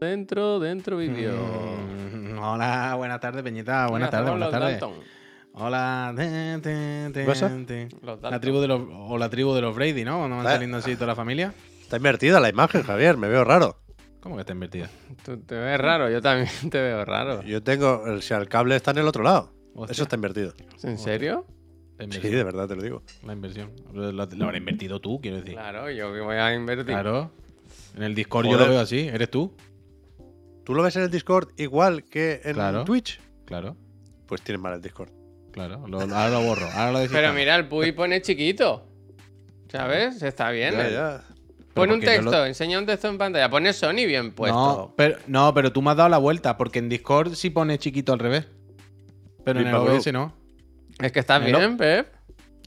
Dentro, dentro vídeo. Mm, hola, buenas tardes, Peñita. Buenas tardes, Los buenas tardes. Ah, Dalton. Hola. ten, ten, ten, ¿Cosa? ten. Los La Dalton. tribu de los, o la tribu de los Brady, ¿no? ¿No van Ah. saliendo así toda la familia? Está invertida la Ah. imagen, Javier, me veo raro. ¿Cómo que está invertida? Tú te ves raro, yo también te veo raro. Yo tengo, el- si el cable está en el otro lado. Ah. Hostia. Eso está invertido. ¿En serio? La Sí, inversión. de verdad te lo digo. La inversión. Lo, lo- lo habrá invertido tú, quiero decir. Claro, yo que voy a invertir. Claro. En el Discord yo Joder. lo veo así. ¿Eres tú? ¿Tú lo ves en el Discord igual que en Claro. Twitch? Claro. Pues tienes mal el Discord. Claro. Lo- lo- ahora lo borro. Ahora lo desinstalo. Pero mira, el Puy pone chiquito. ¿Sabes? Está bien. Ya, ¿eh? ya. Pon Pero un porque yo texto, lo- enseña un texto en pantalla. Pone Sony bien No puesto. pero, no, pero tú me has dado la vuelta, porque en Discord sí pone chiquito al revés. Pero en el Flipa, bro. OBS no. Es que estás Melo. bien, Pep.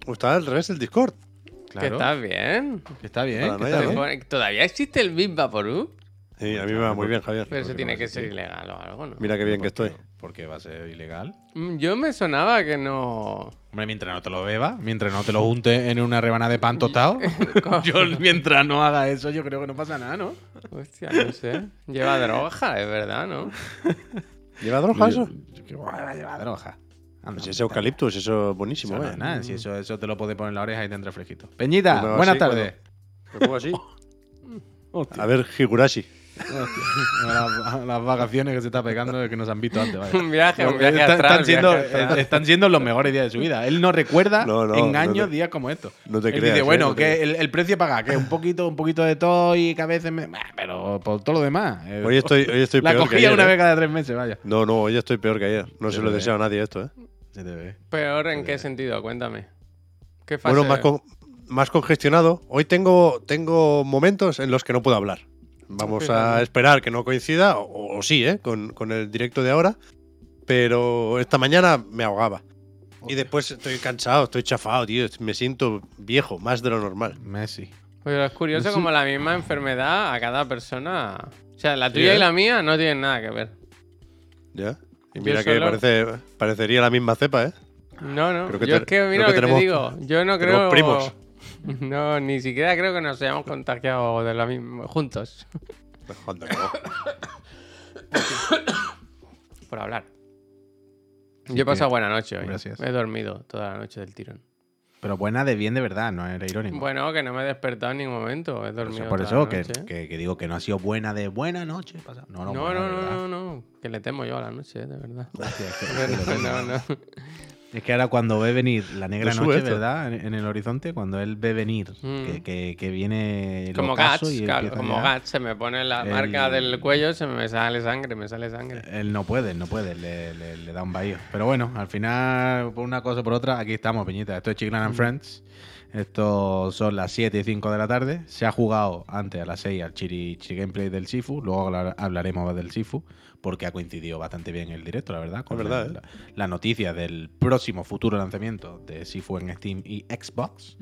Está al revés el Discord. Que Claro. estás bien. que está bien. Para que no está ya, Te bien. ¿no? pone- Todavía existe el Big Vaporub, Sí, a mí me va muy bien, Javier. pero eso no tiene que existe? ser ilegal o algo, ¿no? Mira qué bien que estoy. Porque va a ser ilegal. Mm, Yo me sonaba que no. Hombre, mientras no te lo bebas, mientras no te lo juntes en una rebanada de pan tostado. yo, mientras no haga eso, yo creo que no pasa nada, ¿no? Hostia, no sé. Lleva droga, es verdad, ¿no? ¿Lleva droga Yo- eso? yo- que va a llevar droga. Anda, Pues puta. ese eucaliptus, eso es eh. Eso buenísimo, no vaya. es nada, si eso, eso te lo puedes poner en la oreja y te entra fresquito. Peñita, Yo me hago buenas así tardes. Me pongo así. A ver, Higurashi. las, las vacaciones que se está pegando es que nos han visto antes. vaya. Un viaje, un Porque viaje están, atrás. están siendo, viaje atrás. eh, están siendo los mejores días de su vida. Él no recuerda No, no, en no años te- días como estos. no te Él creas, Dice, eh, bueno, no te que creas. el, el precio paga, que un poquito, un poquito de todo y que a veces me- bah, Pero por todo lo demás. eh, Hoy estoy, hoy estoy la peor que cogía ayer, una ¿eh? vez cada tres meses, vaya. No, no, hoy estoy peor que ayer. No Se se te lo ve. deseo a nadie esto, ¿eh? Se te ve. ¿Peor en qué sentido? Cuéntame. ¿Qué fase? Bueno, más, con- más congestionado. Hoy tengo, tengo momentos en los que no puedo hablar. Vamos a Fíjate. esperar que no coincida, o, o sí, ¿eh? con, con el directo de ahora. Pero esta mañana me ahogaba. Y después estoy cansado, estoy chafado, tío. Me siento viejo, más de lo normal. Messi. Pero Pues es curioso como la misma enfermedad a cada persona. O sea, la Sí, tuya ¿eh? y la mía no tienen nada que ver. ¿Ya? Y Yo mira que solo- parece, parecería la misma cepa, ¿eh? No, no. Creo que yo te- es que, mira creo lo que que tenemos- te digo. Yo no creo. tenemos primos. No, ni siquiera creo que nos hayamos contagiado de la misma. juntos. Anda, que Pues, no. Por hablar. Yo he pasado buena noche hoy. Gracias. He dormido toda la noche del tirón. Pero buena de bien de verdad, no era irónico. Bueno, que no me he despertado en ningún momento. He O dormido. Pues sea, por toda eso la que, noche. que- que digo que no ha sido buena de buena noche. pasa- No, no, No, no, buena de no, verdad. no, no. Que le temo yo a la noche, eh, de verdad. Hostia, es que- No, no, no. Es que ahora cuando ve venir la negra Le sube noche, esto. ¿verdad? En, en el horizonte, cuando él ve venir Mm. que, que- que viene el Como ocaso Gats, y claro, empieza como ya, Gats, se me pone la El- Eh, marca del cuello, se me sale sangre, me sale sangre. Él no puede, no puede, le, le- le da un bahío. Pero bueno, al final, por una cosa o por otra, aquí estamos, Peñita. Esto es Chiclan Mm. and Friends. Esto son las 7 y 5 de la tarde. Se ha jugado antes a las 6 al Chiri Chiri Gameplay del Sifu. Luego hablar- hablaremos del Sifu, porque ha coincidido bastante bien el directo, la verdad. Con Es verdad, ¿eh? el- la, la noticia del próximo futuro lanzamiento de Sifu en Steam y Xbox.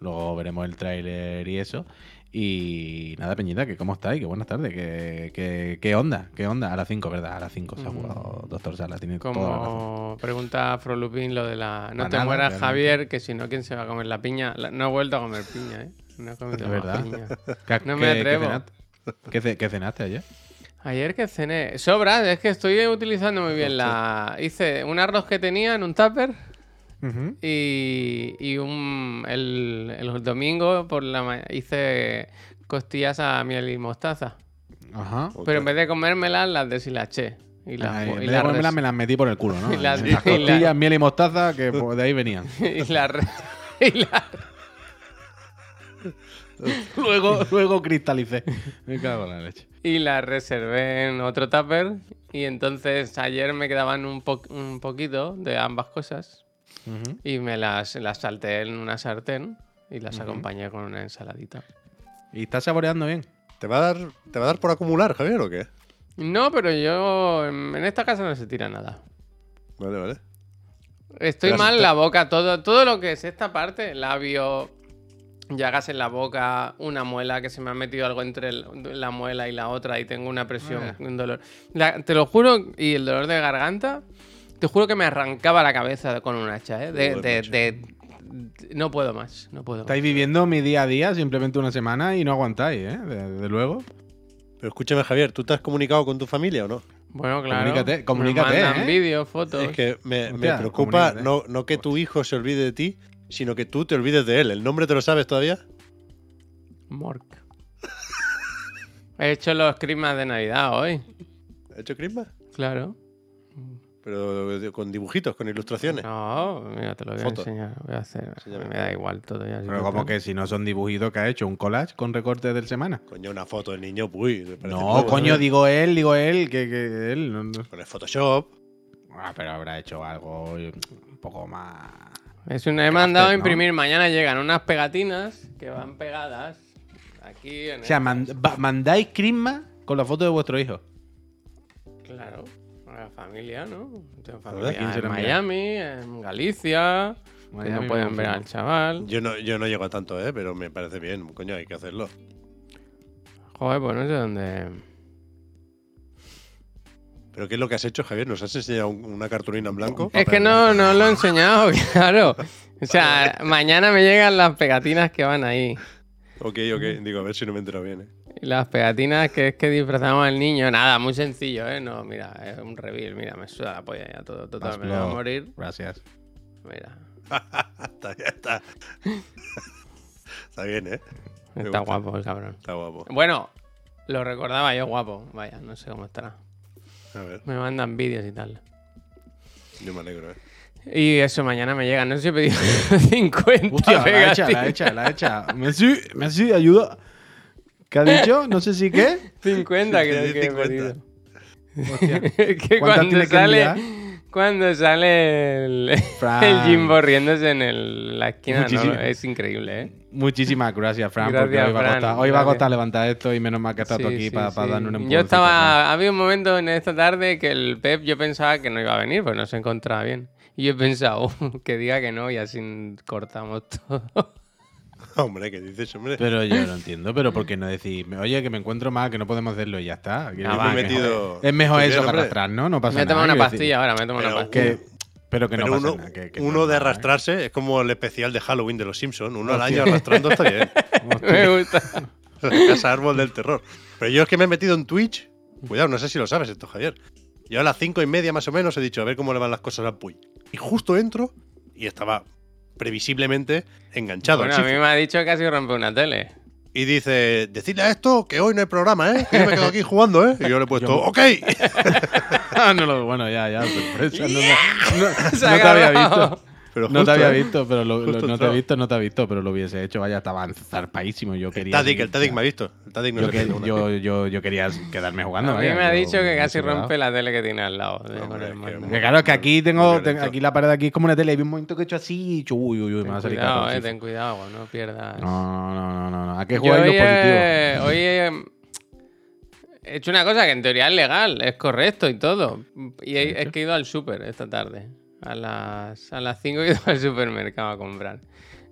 Luego veremos el tráiler y eso. Y nada, Peñita, que cómo estáis, que buenas tardes, que, que- qué onda, qué onda. A las 5, ¿verdad? A las 5 se ha Mm. jugado Doctor Sala, tiene toda la razón. Como pregunta Frolupin lo de la... No te Banana, mueras, realmente. Javier, que si no, ¿quién se va a comer la piña? La- No he vuelto a comer piña, ¿eh? No he comido Es más verdad. piña. ¿Qué- No qué- me atrevo. ¿Qué cenaste, ¿Qué ce- qué cenaste ayer? Ayer que cené... Sobra, es que estoy utilizando muy bien la... Hice un arroz que tenía en un tupper y, y un, el, el domingo por la ma- hice costillas a miel y mostaza. Ajá. Pero en vez de comérmelas, las deshilaché. Y las, Ay, y en vez de las comérmela, res- me las metí por el culo, ¿no? Y las- En las y las- costillas, miel y mostaza, que pues, de ahí venían. y la re- y la- luego, luego cristalicé. Me cago en la leche. y la reservé en otro tupper y entonces ayer me quedaban un, po- un poquito de ambas cosas Ujú. y me las, las salté en una sartén y las acompañé con una ensaladita. Y está saboreando bien. ¿Te va a dar, te va a dar por acumular, Javier, o qué? No, pero yo en en esta casa no se tira nada. Vale, vale. Estoy Pero mal está- la boca, todo, todo lo que es esta parte, labio, llagas en la boca, una muela que se me ha metido algo entre el- la muela y la otra y tengo una presión, Ah. un dolor. La- te lo juro, y el dolor de garganta, te juro que me arrancaba la cabeza con un hacha, ¿eh? De, Joder, de- macho. de- de- no puedo más, no puedo más. Estáis viviendo mi día a día simplemente una semana y no aguantáis, ¿eh? De, de luego. Pero escúchame, Javier, ¿tú te has comunicado con tu familia o no? Bueno, claro. Comunícate, Me comunícate, mandan ¿eh? vídeos, fotos. Es que me, me Hostia, preocupa comunícate. no, no que tu hijo se olvide de ti, sino que tú te olvides de él. ¿El nombre te lo sabes todavía? Mork. He hecho los crismas de Navidad hoy. ¿Has hecho Christmas? Claro. Pero de- con dibujitos, con ilustraciones. No, mira, te lo voy a Fotos. enseñar. Voy a hacer. Enséñame. Me da igual todo ya. Pero como que si no son dibujitos que ha hecho, un collage con recortes del semana. Coño, una foto del niño, uy. me parece este No, poco, coño, ¿eh? digo él, digo él, que, que él. no- no. Con el Photoshop. Ah, pero habrá hecho algo un poco más. Es una, he mandado a ¿no? imprimir. Mañana llegan unas pegatinas que van pegadas aquí en O sea, el- man- va- mandáis crisma con la foto de vuestro hijo. Claro, a la familia, ¿no? Tengo ¿verdad? familia ¿Quién se en lo mira? Miami, en Galicia, que Miami, no pueden ver confirmo. al chaval. Yo no, yo no llego a tanto, ¿eh? Pero me parece bien. Coño, hay que hacerlo. Joder, pues no sé dónde. ¿Pero qué es lo que has hecho, Javier? ¿Nos has enseñado un- una cartulina en blanco? Es que no, no lo he enseñado, claro. O sea, mañana me llegan las pegatinas que van ahí. Ok, ok. Digo, a ver si no me entero bien, ¿eh? Y Las pegatinas que es que disfrazamos al niño, nada, muy sencillo, ¿eh? No, mira, es un reveal, mira, me suda la polla ya todo, total, me voy a Hazlo. morir. Gracias. Mira, Está bien, está. está bien, ¿eh? Me está gusta. guapo el cabrón. Está guapo. Bueno, lo recordaba yo guapo, vaya, no sé cómo estará. A ver, Me mandan vídeos y tal. yo me alegro, ¿eh? Y eso, mañana me llegan, no sé si he pedido 50 Hostia, la pegatinas. hecha, la hecha, la hecha. Messi, Messi, ayuda. ¿Qué ha dicho? No sé si qué. 50 creo Sí, que he 50. pedido. Hostia. que ¿Cuántas cuando tiene que sale, enviar? cuando sale el, Fran. el Jimbo riéndose en el- la esquina, ¿no? Muchísimo. es increíble, ¿eh? Muchísimas gracias, Fran, porque Gracias, hoy va, a Fran, costar, hoy va a gracias. costar levantar esto y menos mal que estás tú Sí, aquí sí, para, sí. darnos un empujón. Yo estaba. Había un momento en esta tarde que el Pep yo pensaba que no iba a venir, pues no se encontraba bien. Y yo he pensado que diga que no y así cortamos todo. Hombre, ¿qué dices, hombre? Pero yo lo entiendo, pero ¿por qué no decir, oye, que me encuentro mal, que no podemos hacerlo y ya está? Que Yo no me va, he que metido- Es mejor Yo eso creo, que hombre. arrastrar, ¿no? No pasa Me he nada. tomado una quiero decir, pastilla ahora, me he tomado una Pero pastilla. que- pero que no Pero pasa uno, nada. que- que uno no de pasa nada, ¿eh? arrastrarse es como el especial de Halloween de los Simpsons. Uno al año arrastrando está bien. Me gusta. La casa árbol del terror. Pero yo es que me he metido en Twitch. Cuidado, no sé si lo sabes esto, Javier. Yo a las cinco y media más o menos he dicho a ver cómo le van las cosas al Puy. Y justo entro y estaba previsiblemente enganchado al Bueno, a mí chifre. me ha dicho que casi rompe una tele. Y dice, decidle a esto que hoy no hay programa, ¿eh? Que yo me quedo aquí jugando, ¿eh? Y yo le he puesto, Yo- ok. Ah, no lo, bueno, ya, ya, sorpresa. no- No, no Se te había acabó. visto. Pero No justo, te había ¿eh? visto, pero lo- lo- Justo no te he entrado. visto, no te ha visto, pero lo hubiese hecho. Vaya, estaba zarpaísimo. Yo quería. Tadic, el Tadic me ha visto. El Tadic no yo, se que- pierde una. yo, yo, yo quería quedarme jugando. a mí vaya, me ha yo dicho que casi hubiese rompe la tele que tiene al lado. de- Hombre, con el que mando. muy- Que claro, es que aquí tengo, Muy ten- violento. aquí la pared de aquí es como una tele. Había un momento que he hecho así y he dicho, uy, uy, uy, me va a Ten salir cuidado, catorce. eh, ten cuidado, no pierdas. No, no, no, no, no. ¿A qué Yo jugáis los hoy, positivos? eh, hoy he, he hecho una cosa que en teoría es legal, es correcto y todo. Y he- es que he ido al súper esta tarde. A las, a las 5 he ido al supermercado a comprar.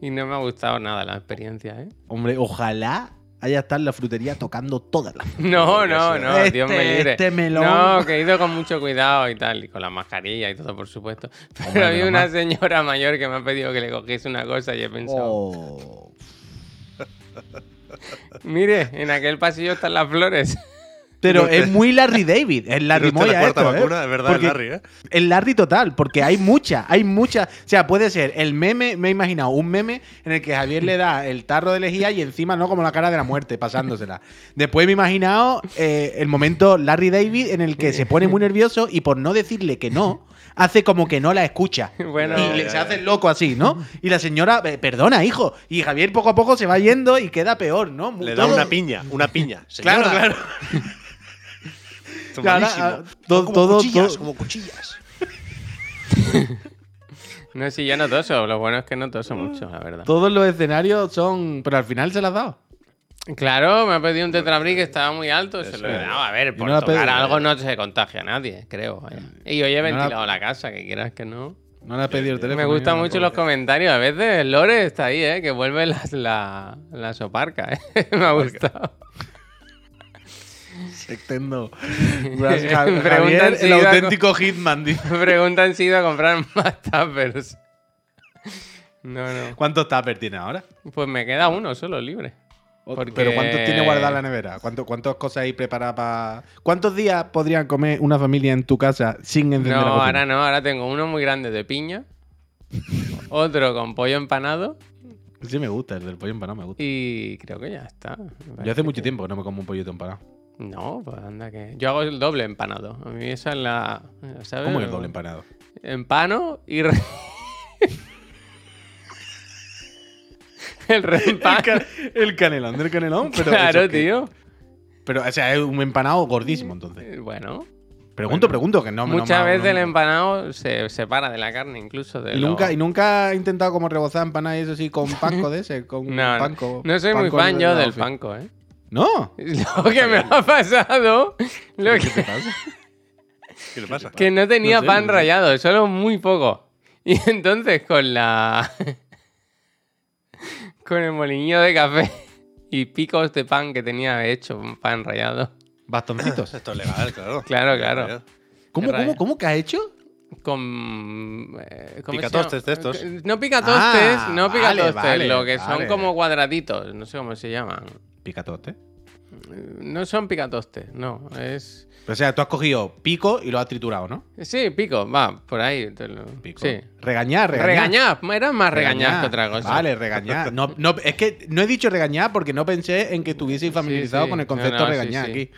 Y no me ha gustado nada la experiencia, ¿eh? Hombre, ojalá haya estado en la frutería tocando todas las. No, no, Creo que no, sea. Dios me Este- libre. este melón. No, que he ido con mucho cuidado y tal, y con la mascarilla y todo, por supuesto. Pero Hombre, había menos una mal. señora mayor que me ha pedido que le cogiese una cosa y he pensado, Oh. mire, en aquel pasillo están las flores. Pero Pero es te- muy Larry David, es Tiene Larry usted Moya la cuarta esto, ¿eh? vacuna, es verdad, Porque- Larry, ¿eh? El Larry total, porque hay mucha, hay mucha. O sea, puede ser el meme, me he imaginado, un meme en el que Javier le da el tarro de lejía y encima, ¿no? Como la cara de la muerte, pasándosela. Después me he imaginado eh, el momento Larry David en el que se pone muy nervioso y por no decirle que no, hace como que no la escucha. Bueno, y le- se hace el loco así, ¿no? Y la señora, eh, perdona, hijo. Y Javier poco a poco se va yendo y queda peor, ¿no? Le da Todo- una piña, una piña. Claro, claro. Señora, tomadísimo. Ahora, ah, todo- como todo- cuchillas, todo- como cuchillas. No, si yo no toso. Lo bueno es que no toso mucho, la verdad. Todos los escenarios son. Pero al final se las ha dado. Claro, me ha pedido un tetrabric que estaba muy alto. Se lo he es. dado. A ver, Yo por no la tocar pedí. algo no se contagia a nadie, creo. vaya. Y hoy he la- ventilado la casa, que quieras que no. No le has pedido el teléfono. pues. me gustan yo no mucho puedo. los comentarios. A veces Lore está ahí, ¿eh? Que vuelve la, la, la soparca, ¿eh? Me ha gustado. Sectendo. Gracias, Ja- Javier, Preguntan si el iba con- auténtico Hitman. dice. Me preguntan si he ido a comprar más tuppers. No, no. ¿Cuántos tuppers tiene ahora? Pues me queda uno solo libre. Porque- Pero ¿cuántos tiene guardada la nevera? ¿Cuánto, ¿Cuántas cosas hay preparadas para.? ¿Cuántos días podrían comer una familia en tu casa sin encender la No, cocina? ahora no, ahora tengo uno muy grande de piña, otro con pollo empanado Sí, me gusta, el del pollo empanado me gusta. y creo que ya está. Me Yo parece hace que- mucho tiempo que no me como un pollito empanado. No, pues anda que. Yo hago el doble empanado. A mí esa es la. ¿Sabes? ¿Cómo es el doble empanado? Empano y. re- el reempano. El canelón del canelón, pero. Claro, eso que- tío. Pero, o sea, es un empanado gordísimo, entonces. Eh, Bueno, Pregunto, Bueno. pregunto, que no no muchas me- veces no- el empanado se separa de la carne, incluso. De ¿Y nunca, lo- ¿Y nunca he intentado como rebozar empanadas y eso sí con panco de ese? Con No, no. panco, no soy muy panco fan de yo la del Office. panco, ¿eh? ¿No? Lo que me ha pasado, lo ¿Qué te que, pasa? ¿Qué le pasa? que no tenía No sé, pan no sé. rallado, solo muy poco. Y entonces con la. con el molinillo de café y picos de pan que tenía hecho, un pan rallado. Bastoncitos. Esto es legal, claro. Claro, claro. ¿Cómo, cómo, cómo que ha hecho? Con. eh, ¿cómo se Picatostes llama? Eh, de estos. No picatostes, Ah, no vale, picatostes, vale, lo que son vale. como cuadraditos, no sé cómo se llaman. Eh, Picatoste. No son picatostes, no, es. O sea, tú has cogido pico y lo has triturado, ¿no? Sí, pico, va, por ahí. te lo- Pico. Sí. Regañar, regañar. Regañar, era más regañar que otra cosa. Vale, regañar. No, no, es que no he dicho regañar porque no pensé en que estuvieseis familiarizado Sí, sí. con el concepto No, no, sí, regañar sí. aquí.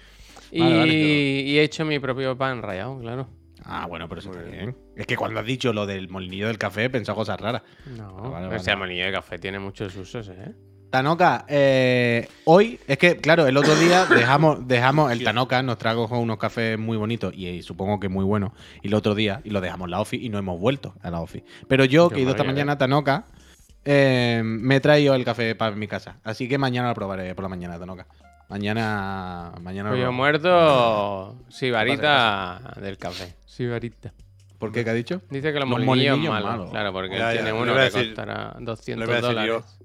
Y, Vale, vale, y he hecho mi propio pan rayado, claro. Ah, bueno, pero eso Muy está bien. bien. Es que cuando has dicho lo del molinillo del café he pensado cosas raras. No, Ah, vale, o vale. sea, molinillo de café tiene muchos usos, ¿eh? Tanoka, eh, hoy, es que, claro, el otro día dejamos, dejamos el Tanoka, nos trajo unos cafés muy bonitos y, eh, supongo que muy buenos, y el otro día, y lo dejamos en la office y no hemos vuelto a la office. Pero yo, Qué que he ido esta maravilla. mañana a Tanoka, eh, me he traído el café para mi casa. Así que mañana lo probaré por la mañana, Tanoka. Mañana, mañana lo Pues Pollo probaré. muerto, sibarita del café. Sibarita. ¿Por qué? ¿Qué ha dicho? Dice que los, Los molinillos, molinillos malos. malos. Claro, porque Ya, ya, tiene le uno voy que a decir- costará Le 200 voy a decir yo. dólares.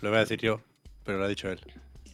Lo voy a decir yo, pero lo ha dicho él.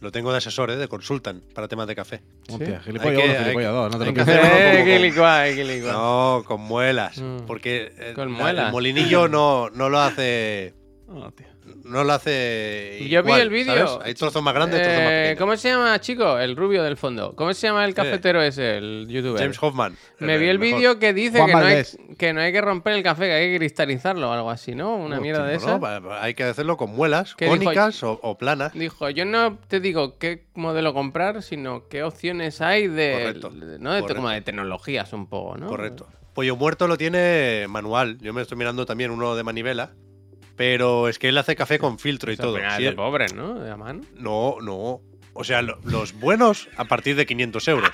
Lo tengo de asesor, ¿eh? de consultan para temas de café. Hostia, Hay gilipollas que- uno, hay gilipollas dos, no te hay lo que pienses. hacer- uno Eh, como- qué licuado, eh, qué licuado. No, con muelas. Mm. Porque eh, Con la- muelas. el molinillo no, no lo hace. Hostia. No lo hace. Yo vi igual, el vídeo. ¿sabes? Hay trozos más grandes, trozos más Eh, pequeños. ¿Cómo se llama, chico? El rubio del fondo. ¿Cómo se llama el cafetero ese, el youtuber? James Hoffman. Me vi el mejor. vídeo que dice Juan que no, hay, Valdés. que no hay que romper el café, que hay que cristalizarlo o algo así, ¿no? Una Hostia, mierda de No, no, esa. va- va- hay que hacerlo con muelas, ¿Qué dijo? cónicas o, o planas. Dijo, yo no te digo qué modelo comprar, sino qué opciones hay de, Correcto, ¿no? de correcto. como de tecnologías un poco, ¿no? Correcto. Pollo Muerto lo tiene manual. Yo me estoy mirando también uno de manivela. Pero es que él hace café con filtro y Esas todo. penas Sí, eh. de pobres, ¿no? De la mano. no, no. O sea, lo- los buenos a partir de 500 euros.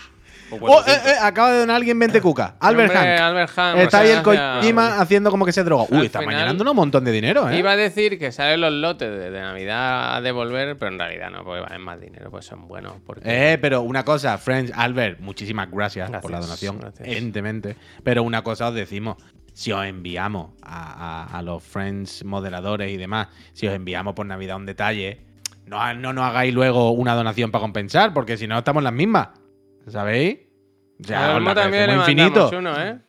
o Oh, 400. eh, eh, acaba de donar alguien 20 cuca. Albert Hombre, Hank. Albert Hank, Está ahí el muchas gracias. Kojima haciendo como que se droga. Al Uy, está final- mañanando un montón de dinero, ¿eh? Iba a decir que salen los lotes de, de Navidad a devolver, pero en realidad no, porque valen más dinero, pues son buenos. Porque... Eh, pero una cosa, Friends, Albert, muchísimas gracias, Gracias, por la donación, gracias. evidentemente. Pero una cosa os decimos, si os enviamos a, a- a los Friends moderadores y demás, si os enviamos por Navidad un detalle, no, ha- no nos hagáis luego una donación para compensar, porque si no estamos las mismas, ¿sabéis? O sea, Al os lo Olmo también le agradecemos mandamos infinito. uno, ¿eh?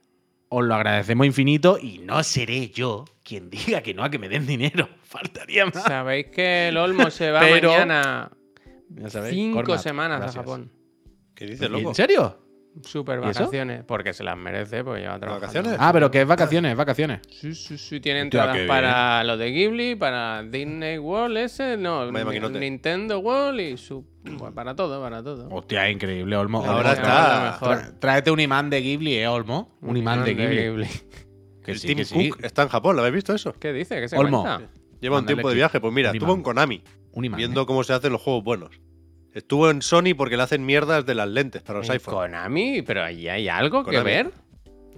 Os lo agradecemos infinito y no seré yo quien diga que no a que me den dinero. Faltaría más. Sabéis que el Olmo se va Pero- mañana Ya sabéis, cinco Cormac, semanas gracias. a Japón. ¿Qué dices, loco? ¿En serio? Super ¿Y eso? vacaciones. Porque se las merece, porque lleva trabajando. ¿Vacaciones? Ah, pero que es vacaciones, vacaciones. Sí, sí, sí. Tiene Hostia, entradas qué para los de Ghibli, para Disney World ese, no, Vaya maquinote. Nintendo World y su... bueno, para todo, para todo. Hostia, increíble, Olmo. Olmo ahora Olmo, se está. va a lo mejor. tra- Tráete un imán de Ghibli, eh, Olmo. Un imán de Ghibli. Que el sí, Tim que sí. Cook está en Japón, ¿lo habéis visto eso? ¿Qué dice? ¿Qué se Olmo. cuenta? Lleva un Mándale tiempo de clip. viaje. Pues mira, Un estuvo imán. en Konami, Un imán. viendo cómo se hacen los juegos buenos. Estuvo en Sony porque le hacen mierdas de las lentes para los ¿En iPhones. Konami, pero ahí hay algo que Konami. ver. ¿eh?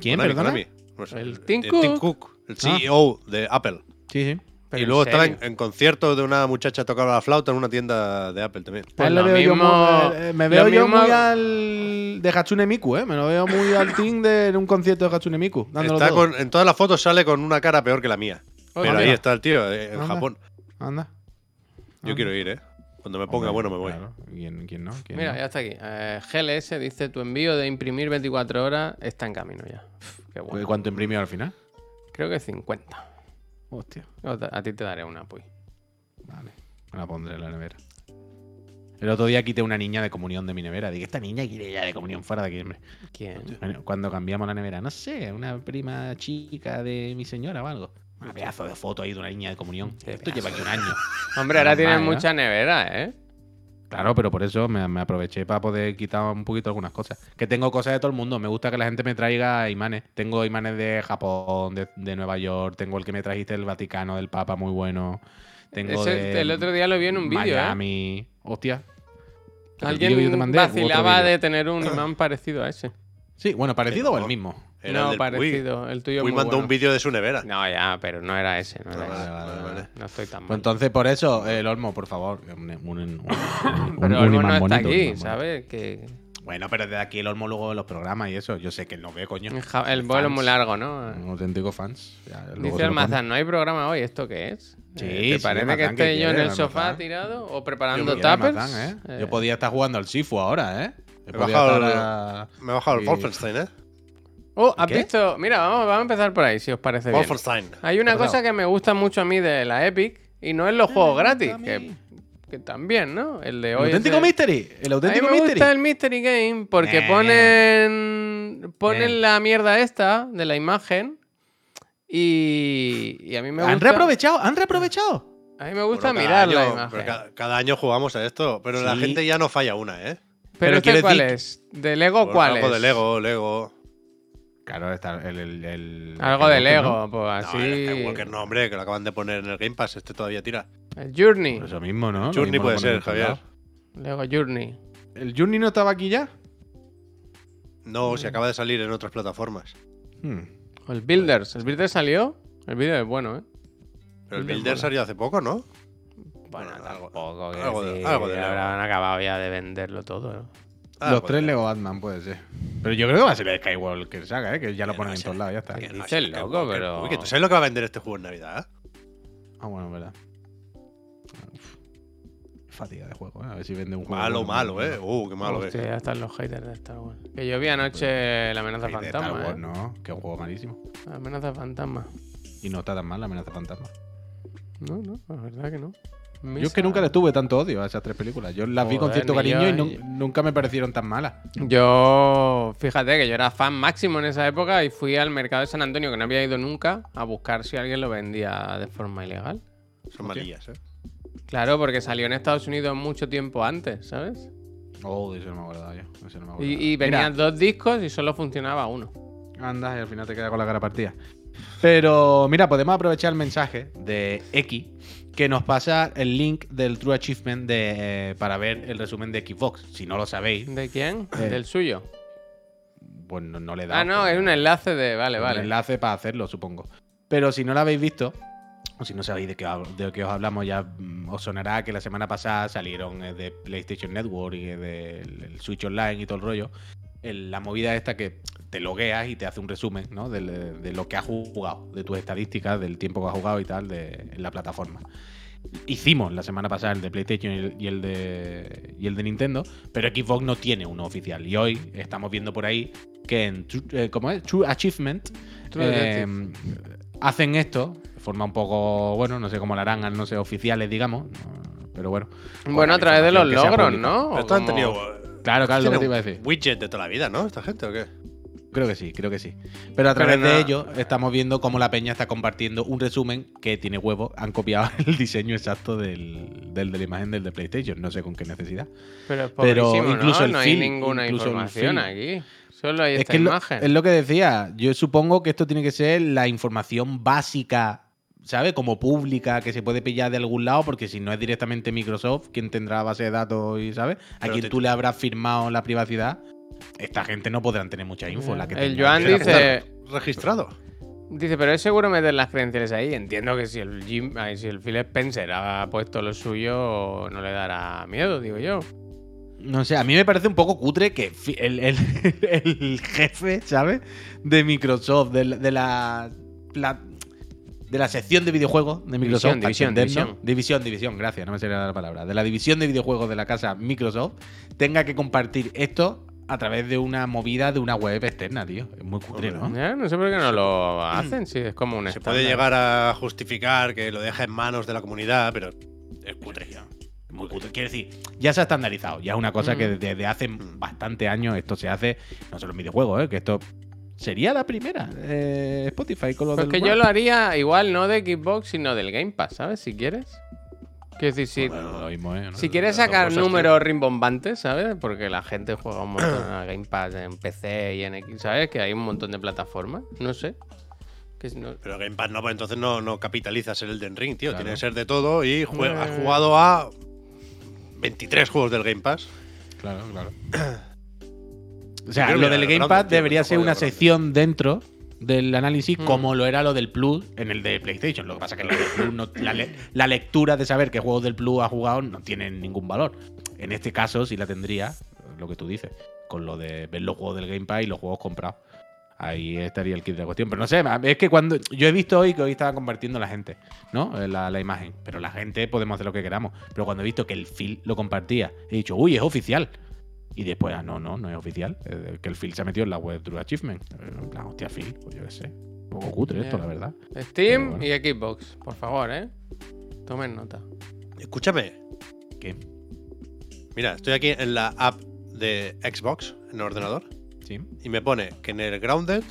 ¿Quién, Konami, perdona? Ah. Konami. Pues, No sé, El Tim Cook. el CEO de Apple. Sí, sí. Pero y luego en estaba en, serio. en conciertos de una muchacha tocando la flauta en una tienda de Apple también. Pues A él le lo veo yo mismo- muy- eh, me lo veo yo mismo- muy al. de Hatsune Miku, ¿eh? Me lo veo muy al team de en un concierto de Hatsune Miku. Dándolo Está todo. con- en todas las fotos sale con una cara peor que la mía. Pero Oye, ahí está el tío, eh, en Anda. Japón. Anda. Yo Ah. quiero ir, ¿eh? Cuando me ponga bueno me voy. Claro. ¿Quién, quién no? ¿Quién Mira, no? ya está aquí. Eh, GLS dice, tu envío de imprimir 24 horas está en camino ya. Uf, qué bueno. ¿Cuánto imprimió al final? Creo que 50. Hostia. Yo te- A ti te daré una, pues. Vale. Me la pondré en la nevera. El otro día quité una niña de comunión de mi nevera. Dije, esta niña quiere ya de comunión fuera de aquí, hombre. ¿Quién? Bueno, cuando cambiamos la nevera, no sé, una prima chica de mi señora o algo. Un pedazo de foto ahí de una niña de comunión. Ah. Qué Esto lleva aquí un año. Hombre, ahora Normal, tienes ¿no? mucha nevera, ¿eh? Claro, pero por eso me, me aproveché para poder quitar un poquito algunas cosas. Que tengo cosas de todo el mundo. Me gusta que la gente me traiga imanes. Tengo imanes de Japón, de, de Nueva York. Tengo el que me trajiste del Vaticano, del Papa, muy bueno. Tengo Ese- de el otro día lo vi en un vídeo, ¿eh? Miami. Hostia. El vídeo que yo te Alguien mandé, u otro vacilaba vídeo. Ah. de tener un imán parecido a ese. Sí, bueno, parecido o el no. mismo. Era el no, del parecido. El Puy. tuyo Puy muy mandó bueno. un vídeo de su nevera. No, ya, pero no era ese. No, era Ah, vale, ese. vale, No, vale. no estoy tan mal. Pues entonces, por eso, el Olmo, por favor. Un, un- un- un- un pero el imán mono está bonito, un imán aquí, bonito. ¿sabes? Que Bueno, pero desde aquí el Olmo luego de los programas y eso. Yo sé que él no ve, coño. el ja- el vuelo es muy Fans. largo, ¿no? Un auténtico fans. Ya, luego se Dice lo pone. Almazán, no hay programa hoy, ¿esto qué es? Sí, Eh, ¿Te sí, parece que Almazán, que esté yo en quiere, el sofá Almazán. tirado o Yo preparando podía, tuppers? Almazán, ¿eh? Eh, Yo podía estar jugando al Sifu ahora, ¿eh? Yo He podía bajado estar eh, el- a- Me he bajado el Sí. Wolfenstein, ¿eh? Oh, ¿has ¿Qué? visto? Mira, vamos, vamos a empezar por ahí, si os parece bien. Wolfenstein. Hay una Perdón. cosa que me gusta mucho a mí de la Epic y no es los juegos gratis, que, que también, ¿no? El de El hoy. es auténtico de- Mystery. El auténtico a mí me Mystery. gusta el Mystery Eh. Game porque Nah. ponen ponen Nah. la mierda esta de la imagen y, y a mí me Han gusta reaprovechado, han reaprovechado. a mí me gusta Bueno, cada mirar la año- imagen. pero Pero, ca- cada, año jugamos a esto, pero la Sí. gente ya no falla una, ¿eh? pero este quiere cuál decir- es? ¿De Lego Por cuál es? algo de Lego, Lego. Claro, está el. el- el- Algo el de Goku, Lego, ¿no? pues así. No, el Skywalker no, hombre, que lo acaban de poner en el Game Pass, este todavía tira. El Journey, Por Pues eso mismo, ¿no? Lo Journey mismo puede lo ponen ser, en todos lados. Lego Journey. ¿El Journey no estaba aquí ya? Mm. No, se acaba de salir en otras plataformas. Hmm. O el Builders, el Builders salió, el Builders es bueno, ¿eh? Pero Mm, el Builder Builder mola. salió hace poco, ¿no? Bueno, Bueno, algo- tampoco que algo de- sí, algo de Lego. habrán acabado ya de venderlo todo, ¿no? Ah, Los pues tres ya. Lego Batman, puede ser. Pero yo creo que va a ser el Skywalker Saga, ¿eh? Que ya lo Que ponen no en sé. todos lados, ya está. Que no, Dice el Skywalker. loco, pero- Uy, que tú sabes lo que va a vender este juego en Navidad, ¿eh? Ah, bueno, es verdad. Uf. Fatiga de juego, ¿eh? A ver si vende un juego. Malo, bueno, malo, bueno. ¿eh? Uh, qué malo Hostia, que ya están los haters de Star Wars. Que yo vi anoche la amenaza Y de Star fantasma, Wars, ¿eh? no, que es un juego malísimo. La amenaza fantasma. Y no está tan mal la amenaza fantasma. No, no, la verdad que no. Yo es que nunca le tuve tanto odio a esas tres películas. Yo las vi con Joder, cierto ni cariño yo, y nu- ni- nunca me parecieron tan malas. Yo, fíjate que yo era fan máximo en esa época y fui al mercado de San Antonio, que no había ido nunca, a buscar si alguien lo vendía de forma ilegal. son malillas, ¿eh? Claro, porque salió en Estados Unidos mucho tiempo antes, ¿sabes? Oh, de eso no me acordaba yo. de Eso no me acordaba. Y, y Mira, venían dos discos y solo funcionaba uno. Andas y al final te queda con la cara partida. Pero mira, podemos aprovechar el mensaje de X que nos pasa el link del True Achievement de, eh, para ver el resumen de Xbox. Si no lo sabéis, ¿De quién? Eh. Del suyo. pues no, no le da. Ah, no, es un enlace de. Vale, un vale. enlace para hacerlo, supongo. Pero si no lo habéis visto, o si no sabéis de qué, hab- de qué os hablamos, ya mm, os sonará que la semana pasada salieron eh, de PlayStation Network y eh, del el Switch Online y todo el rollo. el- la movida esta que te logueas y te hace un resumen ¿no? de, de lo que has jugado, de tus estadísticas, del tiempo que has jugado y tal, de, en la plataforma. Hicimos la semana pasada el de PlayStation y el, y el de, y el de Nintendo, pero Xbox no tiene uno oficial. Y hoy estamos viendo por ahí que en True, eh, ¿cómo es? True Achievement True eh, hacen esto de forma un poco, bueno, no sé cómo lo harán, no sé, oficiales, digamos. no, Pero bueno. Bueno, a través de los información que sea logros, pública. ¿no? Pero ¿O esto han cómo? tenido. Claro, claro, lo que ¿tienen te iba a decir. Widget de toda la vida, ¿no? ¿Esta gente o qué? Creo que sí, creo que sí. Pero Pero a través no- de ello estamos viendo cómo la peña está compartiendo un resumen que tiene huevo. Han copiado el diseño exacto del, del de la imagen del de PlayStation. No sé con qué necesidad. Pero es Pero pobrísimo, incluso ¿no? el no hay film, ninguna incluso el información film. aquí. Solo hay Es esta que es lo, imagen. es lo que decía. Yo supongo que esto tiene que ser la información básica, ¿sabes? Como pública, que se puede pillar de algún lado, porque si no es directamente Microsoft, quien tendrá base de datos y, ¿sabes? A Pero quien te- tú le habrás firmado la privacidad. Esta gente no podrán tener mucha info. La que el tengan. Joan Mira, dice, puta, Registrado. dice, pero es seguro meter las credenciales ahí. Entiendo que si el Jim, ay, si el Phil Spencer ha puesto lo suyo, no le dará miedo, digo yo. No sé, a mí me parece un poco cutre que fi- el, el- el jefe, ¿sabes? De Microsoft, de, la- de la, la- de la sección de videojuegos de Microsoft. División, para división, entendernos. división. división, división, gracias, no me salía la palabra. De la división de videojuegos de la casa Microsoft, tenga que compartir esto a través de una movida de una web externa, tío. Es muy cutre, ¿no? Ya, no sé por qué no lo hacen, si es como un Mm. Se estándar. puede llegar a justificar que lo deja en manos de la comunidad, pero es cutre. Es muy puto. Quiero decir, ya se ha estandarizado. Ya es una cosa Mm. que desde hace bastante años esto se hace, no solo en videojuegos, ¿eh? que esto sería la primera eh, Spotify con los Pues que yo lo haría igual no de Xbox, sino del Game Pass, ¿sabes? Si quieres. Quiero decir, si, lo mismo, ¿eh? No- si quieres las dos sacar cosas, números rimbombantes, ¿sabes? Porque la gente juega un montón a Game Pass en PC y en X, ¿sabes? Que hay un montón de plataformas, no sé. Que si no- Pero Game Pass no, pues entonces no, no capitalizas el Elden Ring, tío. Claro. Tiene que ser de todo y jue- No. has jugado a 23 juegos del Game Pass. Claro, claro. O sea, Pero lo mira, del lo Game grande, Pass tío, debería que ser no una joder, sección dentro del análisis, Mm. como lo era lo del Plus en el de PlayStation. Lo que pasa es que lo del Plus no- la, le- la lectura de saber qué juegos del Plus ha jugado no tiene ningún valor. En este caso sí la tendría, lo que tú dices, con lo de ver los juegos del Game Pass y los juegos comprados. Ahí estaría el kit de la cuestión. Pero no sé, es que cuando. Yo he visto hoy que hoy estaba compartiendo la gente, ¿no? Eh, La, la imagen. Pero la gente podemos hacer lo que queramos. Pero cuando he visto que el Phil lo compartía, he dicho, uy, es oficial. Y después, ah, no, no, no es oficial. eh, que el Phil se ha metido en la web True Achievement. Eh, En plan, hostia, Phil, pues yo qué sé. Un poco cutre esto, la verdad. Steam bueno. y Xbox, por favor, ¿eh? Tomen nota. Escúchame, ¿Qué? mira, estoy aquí en la app de Xbox, en el ordenador, ¿Sí? y me pone que en el Grounded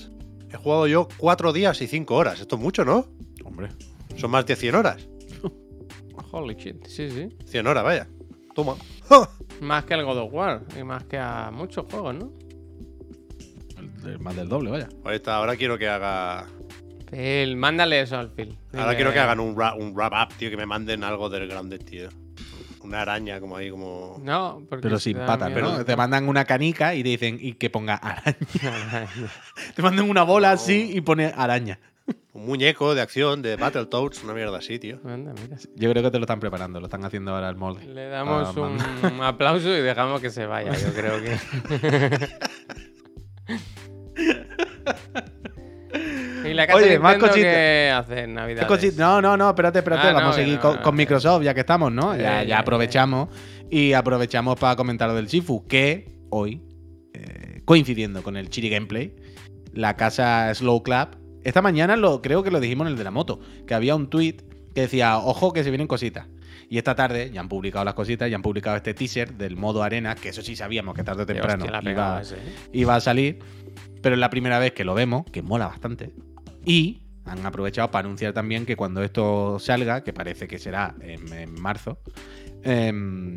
he jugado yo 4 días y 5 horas. Esto es mucho, ¿no? Hombre. Son más de 100 horas. Holy shit, sí, sí. 100 horas, vaya. Toma. Pues Más que el God of War y más que a muchos juegos, ¿no? el- el más del doble, vaya. Ahí está, ahora quiero que haga. Phil, mándale eso al Phil. Ahora Dile- quiero que hagan un wrap, un wrap up, tío, que me manden algo del Grounded, tío. Una araña como ahí, como. No, porque Pero si sin te da patas, miedo- ¿no? Te mandan una canica y te dicen y que ponga araña. Te mandan una bola así y pone araña. Un muñeco de acción, de Battletoads, una mierda así, tío. Anda, mira. Yo creo que te lo están preparando, lo están haciendo ahora el molde. Le damos Ah, un aplauso y dejamos que se vaya, yo creo que. y la casa Oye, de más Nintendo cositas. que hace en Navidad. Qué cosi- No, no, no, espérate, espérate. Ah, no, Vamos a que seguir no, con, no, con no. Microsoft, ya que estamos, ¿no? Ya, Eh, ya aprovechamos. Y aprovechamos para comentar lo del Shifu, que hoy, eh, coincidiendo con el Chiri Gameplay, la casa Slow Club, esta mañana lo, creo que lo dijimos en el de la moto, que había un tweet que decía, ojo que se vienen cositas. Y esta tarde ya han publicado las cositas, ya han publicado este teaser del modo arena, que eso sí sabíamos que tarde o temprano la ha iba, pegado ese, ¿eh? y va a salir. Pero es la primera vez que lo vemos, que mola bastante. Y han aprovechado para anunciar también que cuando esto salga, que parece que será en, en marzo, em,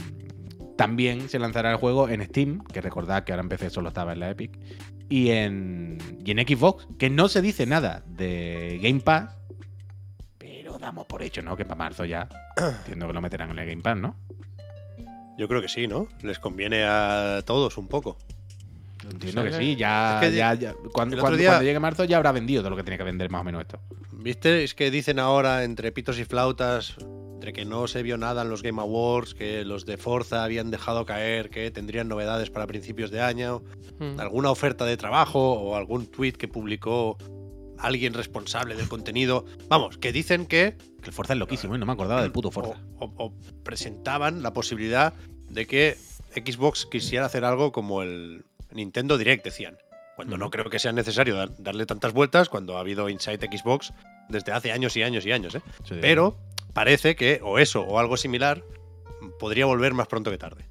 también se lanzará el juego en Steam, que recordad que ahora empecé solo estaba en la Epic, y en, y en Xbox, que no se dice nada de Game Pass, pero damos por hecho, ¿no? Que para marzo ya entiendo que lo meterán en el Game Pass, ¿no? Yo creo que sí, ¿no? Les conviene a todos un poco. Entiendo Sí, que sí. sí, ya, Es que ya- ya- cuando, el otro cuando- día- cuando llegue marzo ya habrá vendido de lo que tiene que vender más o menos esto. ¿Viste? Es que dicen ahora entre pitos y flautas, entre que no se vio nada en los Game Awards, que los de Forza habían dejado caer, que tendrían novedades para principios de año, Mm. alguna oferta de trabajo o algún tweet que publicó alguien responsable del contenido. Vamos, que dicen que Que el Forza es loquísimo, ¿eh? no me acordaba del puto Forza. Mm, O, o- o presentaban la posibilidad de que Xbox quisiera hacer algo como el Nintendo Direct, decían. Cuando no creo que sea necesario dar- darle tantas vueltas, cuando ha habido Inside Xbox desde hace años y años y años. ¿eh? Pero parece que o eso o algo similar podría volver más pronto que tarde.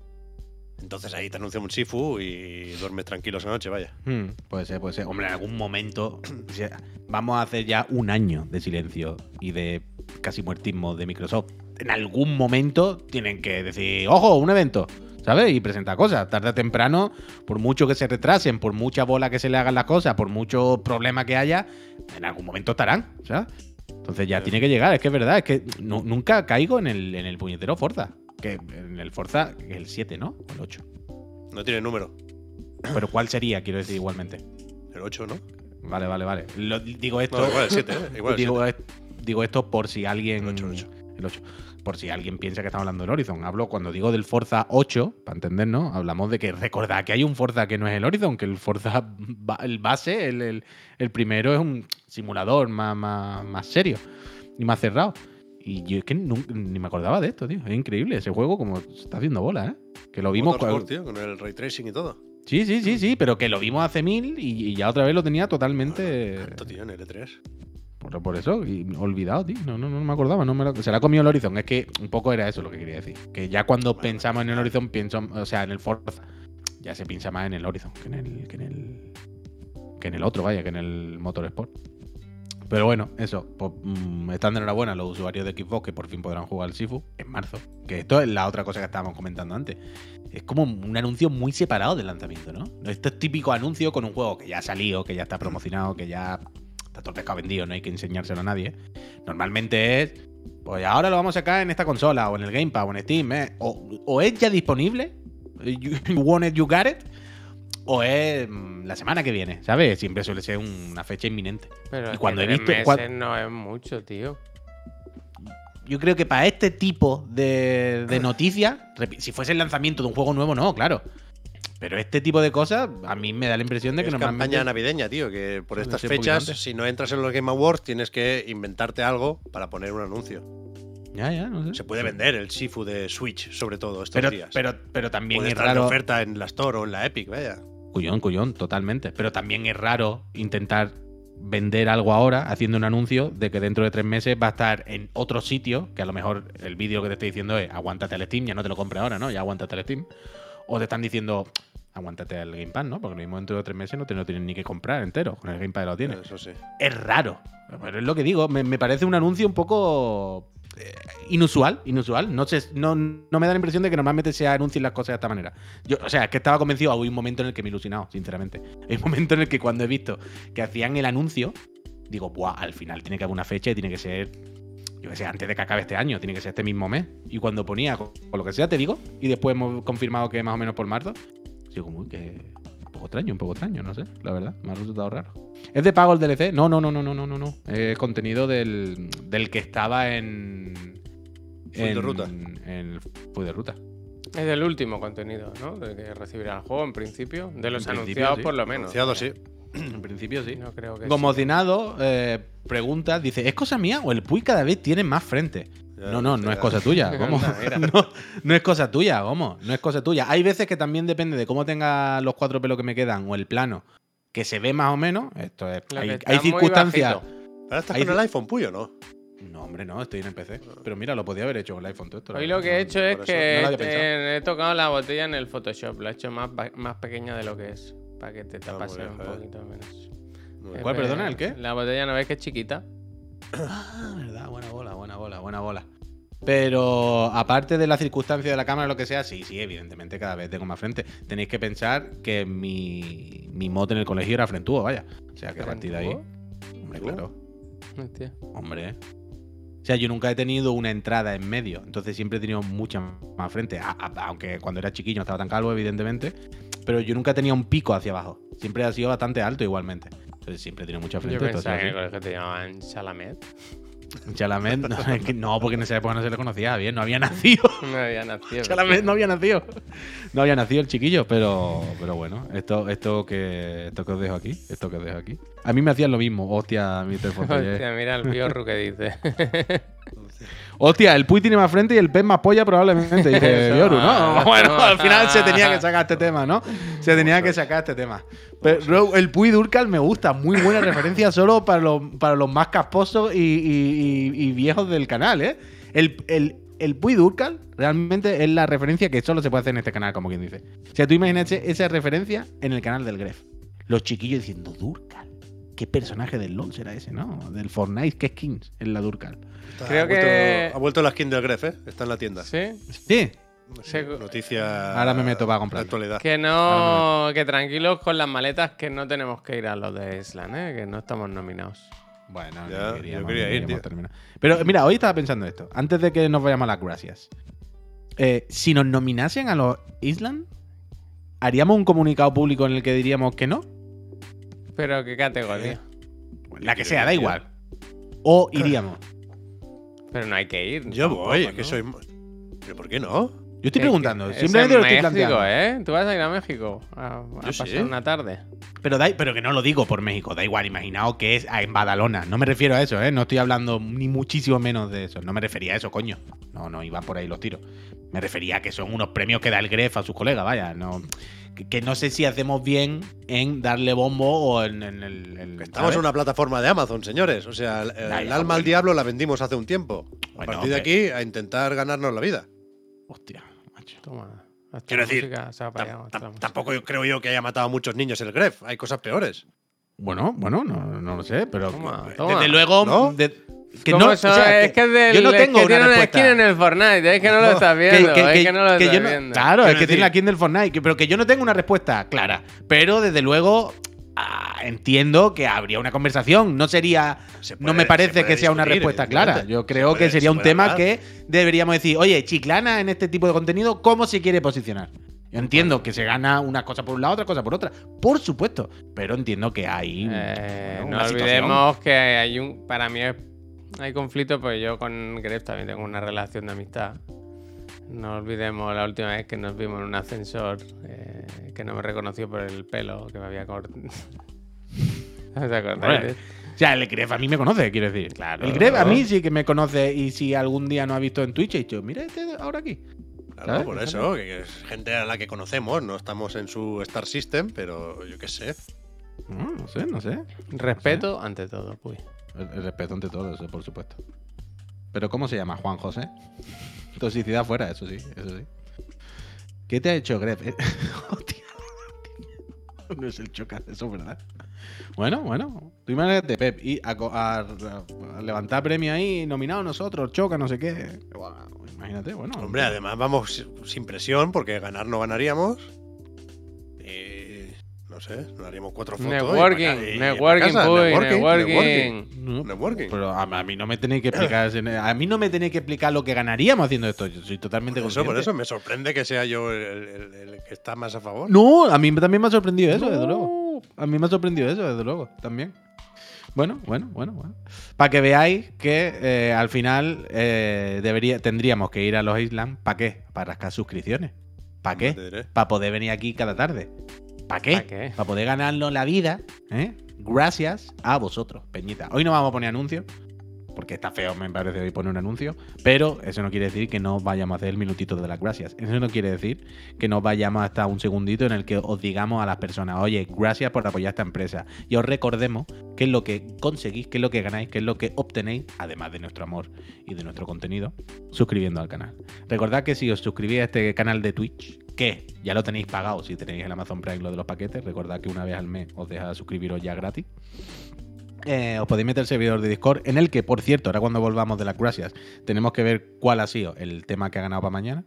Entonces ahí te anuncia un Sifu y duermes tranquilo esa noche, vaya. Hmm, puede ser, puede ser. Hombre, en algún momento. o sea, vamos a hacer ya un año de silencio y de casi muertismo de Microsoft. En algún momento tienen que decir, ojo, un evento, ¿sabes? Y presentar cosas. Tarde o temprano, por mucho que se retrasen, por mucha bola que se le hagan las cosas, por mucho problema que haya, en algún momento estarán, ¿sabes? Entonces ya tiene que llegar, es que es verdad, es que nu- nunca caigo en el, en el puñetero Forza. Que en el Forza, el 7, ¿no? O el 8. No tiene número. Pero ¿cuál sería? Quiero decir igualmente. El 8, ¿no? Vale, vale, vale. Lo- digo esto. No, igual el 7, ¿eh? Igual el digo, es- digo esto por si alguien. El ocho, el ocho. el ocho. Por si alguien piensa que estamos hablando del Horizon. Hablo cuando digo del Forza 8, para entendernos, hablamos de que recordad que hay un Forza que no es el Horizon, que el Forza, ba- el base, el, el- el primero es un simulador más, más, más serio y más cerrado. Y yo es que nun- ni me acordaba de esto, tío. Es increíble ese juego como se está haciendo bola, ¿eh? Que lo vimos Motorsport, cua- tío, con el ray tracing y todo. Sí, sí, sí, sí, pero que lo vimos hace mil y, y ya otra vez lo tenía totalmente. E Tanto, tío, en el E3. Por, por eso, y olvidado, tío. No, no, no me acordaba. No me lo- Se la ha comido el Horizon. Es que un poco era eso lo que quería decir. Que ya cuando pensamos en el Horizon, pienso, o sea, en el Forza, ya se piensa más en el Horizon que en el, que en el, que en el otro, vaya, que en el Motorsport. Pero bueno, eso. Pues, mm, están de enhorabuena los usuarios de Xbox que por fin podrán jugar al Sifu en marzo. Que esto es la otra cosa que estábamos comentando antes. Es como un anuncio muy separado del lanzamiento, ¿no? Esto es típico anuncio con un juego que ya ha salido, que ya está promocionado, que ya está todo el pescado vendido, no hay que enseñárselo a nadie. Normalmente es, pues ahora lo vamos a sacar en esta consola, o en el Gamepad, o en Steam, ¿eh? o, o es ya disponible, you, you want it, you got it, o es mm, la semana que viene, ¿sabes? Siempre suele ser una fecha inminente. Pero Y es cuando que he tres visto- meses cua- no es mucho, tío. Yo creo que para este tipo de, Ah. de noticias, repi- si fuese el lanzamiento de un juego nuevo, no, claro. Pero este tipo de cosas, a mí me da la impresión de que Es normalmente... campaña navideña, tío, que por Suele estas ser fechas, publicante. si no entras en los Game Awards, tienes que inventarte algo para poner un anuncio. Ya, ya, no sé. Se puede vender el Sifu de Switch, sobre todo estos Pero, días. pero, pero también puede es estar raro... de oferta en la Store o en la Epic, vaya. Cuyón, cuyón, totalmente. Pero también es raro intentar vender algo ahora haciendo un anuncio de que dentro de tres meses va a estar en otro sitio, que a lo mejor el vídeo que te estoy diciendo es aguántate el Steam, ya no te lo compres ahora, ¿no? Ya aguántate el Steam. O te están diciendo aguántate el Game Pass, ¿no? Porque lo mismo dentro de tres meses no te lo tienes ni que comprar entero, con el Game Pass lo tienes. Eso sí. Es raro. Pero es lo que digo, me, me parece un anuncio un poco eh, inusual, inusual. No, sé, no, no me da la impresión de que normalmente se anuncien las cosas de esta manera. Yo, o sea, es que estaba convencido, hubo un momento en el que me he ilusionado, sinceramente. Hay un momento en el que cuando he visto que hacían el anuncio, digo, Buah, al final tiene que haber una fecha y tiene que ser, yo qué sé, antes de que acabe este año, tiene que ser este mismo mes. Y cuando ponía, con con lo que sea, te digo, y después hemos confirmado que más o menos por marzo, digo, uy, que un poco extraño, un poco extraño, no sé, la verdad, me ha resultado raro. ¿Es de pago el DLC? No, no, no, no, no, no, no. no. Es contenido del, del que estaba en. Full de ruta. En el full de ruta. Es del último contenido, ¿no? De que recibirá el juego, en principio. De los En principio, anunciados, sí. por lo menos. Anunciado, sí. En principio sí. No creo que sí. Gomocinado eh, pregunta, dice, ¿es cosa mía o el Puy cada vez tiene más frente? Ya, No, no, te no es da- cosa tuya, Gomo. Anda, mira. No, no es cosa tuya, Gomo. No es cosa tuya. Hay veces que también depende de cómo tenga los cuatro pelos que me quedan o el plano, que se ve más o menos. Esto es, Lo que hay, está hay muy circunstancias. bajito. Ahora estás Ahí con di- el iPhone Puyo, ¿no? No, hombre, no, estoy en el PC. Pero mira, lo podía haber hecho con el iPhone. Todo esto, la Hoy verdad. lo que he hecho por es eso que no lo había pensado. eh, he tocado la botella en el Photoshop. La he hecho más, ba- más pequeña de lo que es. Para que te Ah, muy tapase bien, un joder. poquito menos. No, Eh, ¿Cuál, pero perdona, el qué? La botella no ves que es chiquita. Ah, verdad, buena bola, buena bola, buena bola. Pero aparte de la circunstancia de la cámara, lo que sea, sí, sí, evidentemente cada vez tengo más frente. Tenéis que pensar que mi, mi mote en el colegio era frentúo, vaya. O sea, que a partir de ahí. Hombre, ¿Tú? claro. Hostia. Hombre. O sea, yo nunca he tenido una entrada en medio, entonces siempre he tenido mucha más frente, A- a- aunque cuando era chiquillo no estaba tan calvo, evidentemente, pero yo nunca tenía un pico hacia abajo, siempre ha sido bastante alto igualmente, entonces siempre he tenido mucha frente. ¿eh? Yo entonces, pensaba que en el así. colegio te llamaban Salamet. Chalamet, no, es que no, porque en esa época no se le conocía bien, no había nacido. No había nacido. Chalamet no había nacido. No había nacido el chiquillo, pero, pero bueno, esto, esto, que, esto que os dejo aquí, esto que os dejo aquí. A mí me hacían lo mismo, hostia, Mr. Fontoyer. Hostia, mira el biorru que dice. Hostia, el Puy tiene más frente y el pez más polla probablemente, dice Eso, Bioru, ah, ¿no? Bueno, ah. al final se tenía que sacar este tema, ¿no? Se tenía que sacar este tema. Pero el Puy Durcal me gusta, muy buena referencia solo para los, para los más casposos y, y- y- y viejos del canal, ¿eh? El, el, el Puy Durcal realmente es la referencia que solo se puede hacer en este canal, como quien dice. O sea, tú imagínate esa referencia en el canal del Gref. Los chiquillos diciendo Durcal. ¿Qué personaje del LOL será ese, no? Del Fortnite, ¿qué skins es la Durcal? Está- Creo ha vuelto- que- Ha vuelto la skin del Gref, ¿eh? Está en la tienda. ¿Sí? Sí, Sí. Noticia. Ahora me meto para comprarlo. de actualidad. Que Ah, no, que tranquilos con las maletas que no tenemos que ir a los de Island, ¿eh? que no estamos nominados. Bueno, Ya, no queríamos, yo quería no ir, queríamos tío. terminar. Pero mira, hoy estaba pensando esto, antes de que nos vayamos a las gracias. Eh, si nos nominasen a los Island, ¿haríamos un comunicado público en el que diríamos que no? Pero qué categoría. La que sea, da igual. O iríamos. Pero no hay que ir. Yo tampoco, voy, es que ¿no? soy. ¿Pero por qué no? Yo estoy Es que- preguntando, es simplemente en lo estoy planteando. México, ¿eh? Tú vas a ir a México a, a Yo sí. pasar una tarde. Pero, da- pero que no lo digo por México, da igual, imaginaos que es ah, en Badalona. No me refiero a eso, ¿eh? No estoy hablando ni muchísimo menos de eso. No me refería a eso, coño. No, no, iban por ahí los tiros. Me refería a que son unos premios que da el Gref a sus colegas, vaya. No, que, que no sé si hacemos bien en darle bombo o en, en el. en- Estamos ¿sabes? en una plataforma de Amazon, señores. O sea, el, Ya, el ya, alma al bueno. diablo la vendimos hace un tiempo. Bueno, a partir de hombre. aquí, a intentar ganarnos la vida. Hostia, macho. Toma. hasta Quiero la decir, música se va para allá, Tam- hasta la tam- música. Tampoco yo creo yo que haya matado a muchos niños el Gref. Hay cosas peores. Bueno, bueno, no, no lo sé, pero. Toma, desde toma. luego. ¿No? de- que ¿Cómo no, eso? o sea, es que es del- yo no es tengo que una tiene una respuesta. skin en el Fortnite, es que no lo No, estás Que- viendo, que- es que- que no lo que estás yo no- Ah, viendo. Claro, es Quiero que tiene decir- la skin del Fortnite, que- pero que yo no tengo una respuesta clara. Pero desde luego ah, entiendo que habría una conversación. No sería. Se puede- No me se parece puede que sea una discutir, respuesta evidentemente. clara. Yo Se creo puede- que sería se un puede tema hablar. que deberíamos decir, oye, Chiclana en este tipo de contenido, ¿cómo se quiere posicionar? Yo entiendo que se gana una cosa por un lado, otra cosa por otra, por supuesto, pero entiendo que hay Eh, bueno, no una situación. olvidemos que hay un. Para mí es- hay conflicto, pues yo con Gref también tengo una relación de amistad. No olvidemos la última vez que nos vimos en un ascensor eh, que no me reconoció por el pelo que me había cortado. ¿Os acordáis? Hombre, O sea, el Gref a mí me conoce, quiero decir. Claro. El Gref a mí sí que me conoce y si algún día no ha visto en Twitch, he dicho, mira este ahora aquí. Claro, ¿Sabes? por eso, que que es gente a la que conocemos, no estamos en su Star System, pero yo qué sé. No, Ah, no sé, no sé. Respeto ante todo, pues. El, el respeto ante todo, eso por supuesto. Pero ¿cómo se llama Juan José? Toxicidad fuera, eso sí, eso sí. ¿Qué te ha hecho Gref? Hostia. No es el chocar, eso es verdad. Bueno, bueno. Tú imagínate, Pep, y a, co- a- a- a levantar premio ahí, nominado nosotros, choca, no sé qué. Buah, Imagínate, bueno. Hombre, además vamos sin presión porque ganar no ganaríamos. Y no sé, nos haríamos cuatro fotos. y para- y- Networking, y para networking, casa, Puy, networking, networking. networking. No, Networking. Pero a, a mí no me tenéis que explicar, a mí no me tenéis que explicar lo que ganaríamos haciendo esto. Yo soy totalmente Por eso, por consciente. eso me sorprende que sea yo el, el- el que está más a favor. No, a mí también me ha sorprendido eso, desde No. luego. A mí me ha sorprendido eso, desde luego, también. Bueno, bueno, bueno, bueno. Para que veáis que eh, al final eh, debería, tendríamos que ir a los Island. ¿Para qué? Para rascar suscripciones. ¿Para Te qué? diré. Para poder venir aquí cada tarde. ¿Pa' ¿Para qué? qué? Para poder ganarnos la vida, ¿eh? Gracias a vosotros, Peñita. Hoy no vamos a poner anuncios, porque está feo, me parece, hoy poner un anuncio. Pero eso no quiere decir que no vayamos a hacer el minutito de las gracias. Eso no quiere decir que nos vayamos hasta un segundito en el que os digamos a las personas, oye, gracias por apoyar esta empresa. Y os recordemos qué es lo que conseguís, qué es lo que ganáis, qué es lo que obtenéis, además de nuestro amor y de nuestro contenido, suscribiendo al canal. Recordad que si os suscribís a este canal de Twitch, que ya lo tenéis pagado si tenéis el Amazon Prime lo de los paquetes, recordad que una vez al mes os deja suscribiros ya gratis. Eh, os podéis meter el servidor de Discord, en el que, por cierto, ahora cuando volvamos de las gracias, tenemos que ver cuál ha sido el tema que ha ganado para mañana.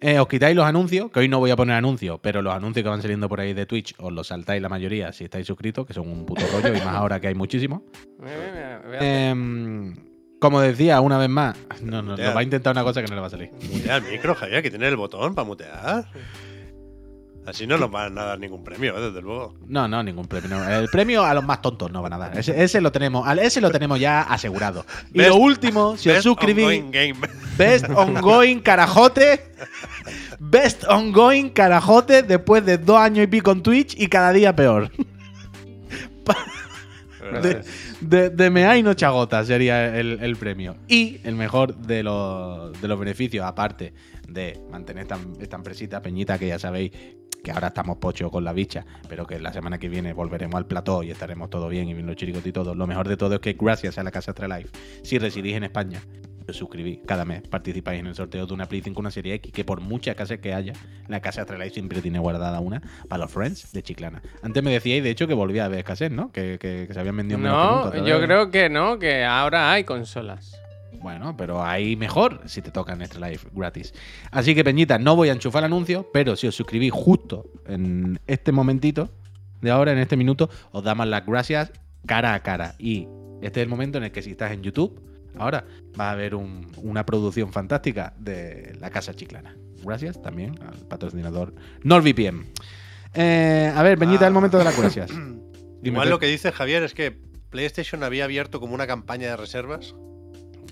Eh, os quitáis los anuncios, que hoy no voy a poner anuncios, pero los anuncios que van saliendo por ahí de Twitch os los saltáis la mayoría si estáis suscritos, que son un puto rollo y más ahora que hay muchísimos. Eh, Mira, mira, mira, ve Em, como decía, una vez más, no, no, Ya. nos va a intentar una cosa que no le va a salir. Mutea el micro, Javier, que tiene el botón para mutear. Así no nos van a dar ningún premio, eh, desde luego. No, no, ningún premio. El premio a los más tontos no van a dar. Ese, ese lo tenemos, al- ese lo tenemos ya asegurado. Y Best- lo último, si os Best suscribís, ongoing game. Best Ongoing Carajote. Best Ongoing Carajote después de dos años y pico en Twitch y cada día peor. ve. De, de Mea y no chagota sería el, el premio. Y el mejor de los, de los beneficios, aparte de mantener esta, esta empresita peñita que ya sabéis que ahora estamos pocho con la bicha, pero que la semana que viene volveremos al plató y estaremos todo bien y bien los chiricotes y todo. Lo mejor de todo es que gracias a la Casa Astralife, si residís en España, os suscribís cada mes, participáis en el sorteo de una Play 5, una Serie X, que por muchas casas que haya, la Casa Astralife siempre tiene guardada una para los Friends de Chiclana. Antes me decíais, de hecho, que volvía a haber escasez, ¿no? Que, que- que se habían vendido menos que No, nunca, yo todavía. creo que no, que ahora hay consolas. Bueno, pero ahí mejor si te tocan este live gratis. Así que, Peñita, no voy a enchufar anuncios, pero si os suscribís justo en este momentito de ahora, en este minuto, os damos las gracias cara a cara. Y este es el momento en el que si estás en YouTube, ahora vas a ver un- una producción fantástica de la Casa Chiclana. Gracias también al patrocinador NordVPN. Eh, a ver, Peñita, Ah. el momento de las gracias. Dime, Igual Pep. lo que dice Javier es que PlayStation había abierto como una campaña de reservas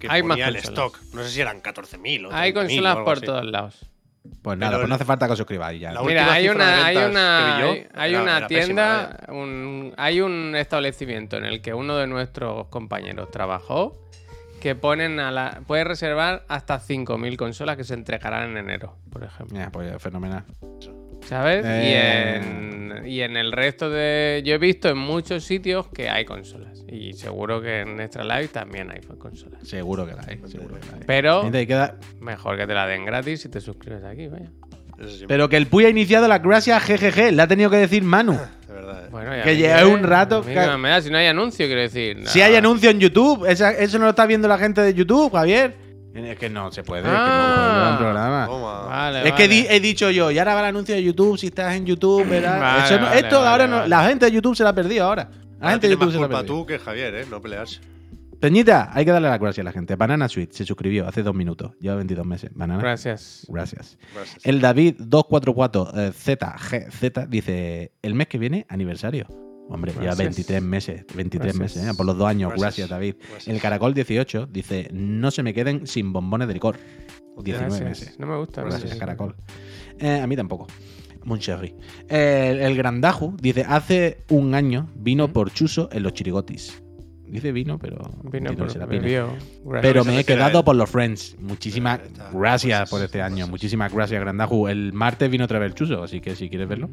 que Hay más ponía el consolas. stock. No sé si eran 14.000 o Hay 30.000 o consolas algo por así. todos lados. Pues nada, pero pues el- no hace falta que os suscribáis ya. la ¿no? última Mira, hay cifra de una, hay ventas una, que vi yo hay, hay era- una era tienda, un- hay un establecimiento en el que uno de nuestros compañeros trabajó que ponen a la, puede reservar hasta 5.000 consolas que se entregarán en enero, por ejemplo. Ya, pues fenomenal. ¿Sabes? Eh. Y, en, y en el resto de. Yo he visto en muchos sitios que hay consolas. Y seguro que en Extra Live también hay consolas. Seguro que la hay, seguro que la hay. Pero Gente, hay que dar- mejor que te la den gratis si te suscribes aquí, vaya. Eso sí, Pero que el Puy ha iniciado las gracias a GGG, le ha tenido que decir Manu. de verdad. eh. Bueno, ya Que me lleva diré, un rato, a mí ca- no me da, si no hay anuncio, quiero decir. no. Si hay anuncio en YouTube, esa- eso no lo está viendo la gente de YouTube, Javier. Es que no se puede, es que no Ah. puede llevar un programa. Toma. Vale, es vale. que di- he dicho yo, y ahora va el anuncio de YouTube, si estás en YouTube, verás. Vale, Eso no- vale, esto vale, ahora no- vale. la gente de YouTube se la ha perdido ahora. La Ahora gente de tienes YouTube más se la ha culpa perdido. tú que Javier, ¿eh? No pelearse. Peñita, hay que darle las gracias a la gente. Banana Sweet se suscribió hace dos minutos, lleva 22 meses. Banana, Gracias. gracias. Gracias. El David eh, 244ZGZ dice, el mes que viene, aniversario. Hombre, Gracias. lleva 23 meses, 23 Gracias. meses, ¿eh? por los dos años. Gracias, Gracias. David. Gracias. El Caracol 18 dice, no se me queden sin bombones de licor. 19 Gracias. meses. No me gusta. Gracias, gracias. Caracol. Eh, a mí tampoco. Moncherry. El, el Grandaju dice, hace un año ¿Mm? vino por Chuso en los chirigotis. Dice vino, pero... Vino entiendo que por será me pino. vio. Gracias. Pero se me he refiere a quedado él. por los Friends. Muchísimas Ahí está. gracias Cosas, por este año. cosas. Muchísimas gracias, Grandajo. El martes vino otra vez el chuso, así que si quieres verlo.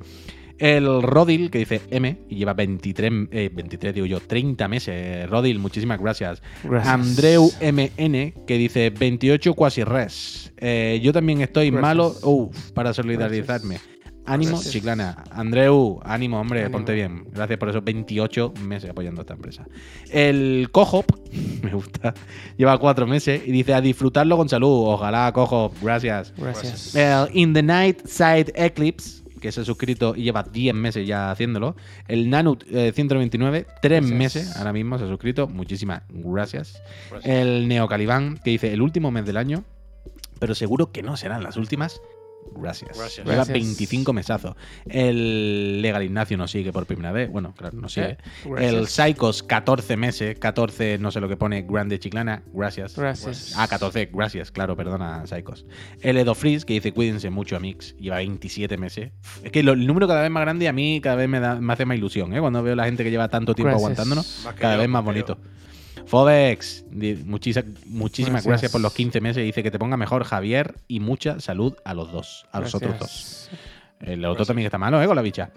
El Rodil, que dice M, y lleva 23, eh, 23 digo yo, 30 meses. Rodil, muchísimas gracias. Gracias. Andreu MN, que dice 28 cuasi res. Eh, yo también estoy Gracias. malo uf, para solidarizarme. Ánimo, Gracias. Chiclana. Andreu, ánimo, hombre, Ánimo. ponte bien. Gracias por esos 28 meses apoyando a esta empresa. El Cojo, me gusta, lleva cuatro meses y dice a disfrutarlo con salud. Ojalá, Cojo, gracias. Gracias. El In the Night Side Eclipse, que se ha suscrito y lleva 10 meses ya haciéndolo. El Nanut eh, 129, 3 Gracias. meses ahora mismo se ha suscrito. Muchísimas gracias. Pues Gracias. El Neocalibán, que dice el último mes del año, pero seguro que no serán las últimas. Gracias. Gracias. Lleva Gracias. 25 mesazos. El Legal Ignacio nos sigue por primera vez. Bueno, claro, nos sigue. Eh, gracias. El Psychos, 14 meses. 14, no sé lo que pone, Grande Chiclana. Gracias. Gracias. Ah, 14, gracias, claro, perdona, Psychos. El Edo Freeze, que dice cuídense mucho, Amix, lleva 27 meses. Es que lo- el número cada vez más grande y a mí cada vez me, da- me hace más ilusión, ¿eh? Cuando veo la gente que lleva tanto tiempo Gracias. aguantándonos, Más que cada yo, vez más más que bonito. Fobex, di- muchisa- muchísimas Gracias. gracias. por los 15 meses. Dice que te ponga mejor, Javier, y mucha salud a los dos, a los otros dos. Gracias. El otro Gracias. también está malo, ¿eh? Con la bicha.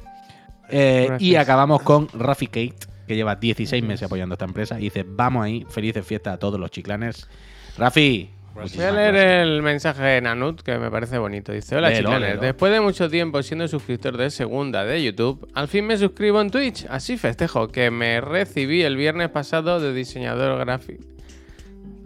Eh, y Gracias. acabamos con Rafi Kate, que lleva 16 Gracias. meses apoyando a esta empresa. Y dice, vamos ahí, felices fiestas a todos los chiclanes. Rafi, Gracias. Voy a muchísimas leer gracias. el mensaje de Nanut, que me parece bonito. Dice, hola Léelo, chiclanes, léelo. después de mucho tiempo siendo suscriptor de segunda de YouTube, al fin me suscribo en Twitch. Así festejo que me recibí el viernes pasado de diseñador gráfico.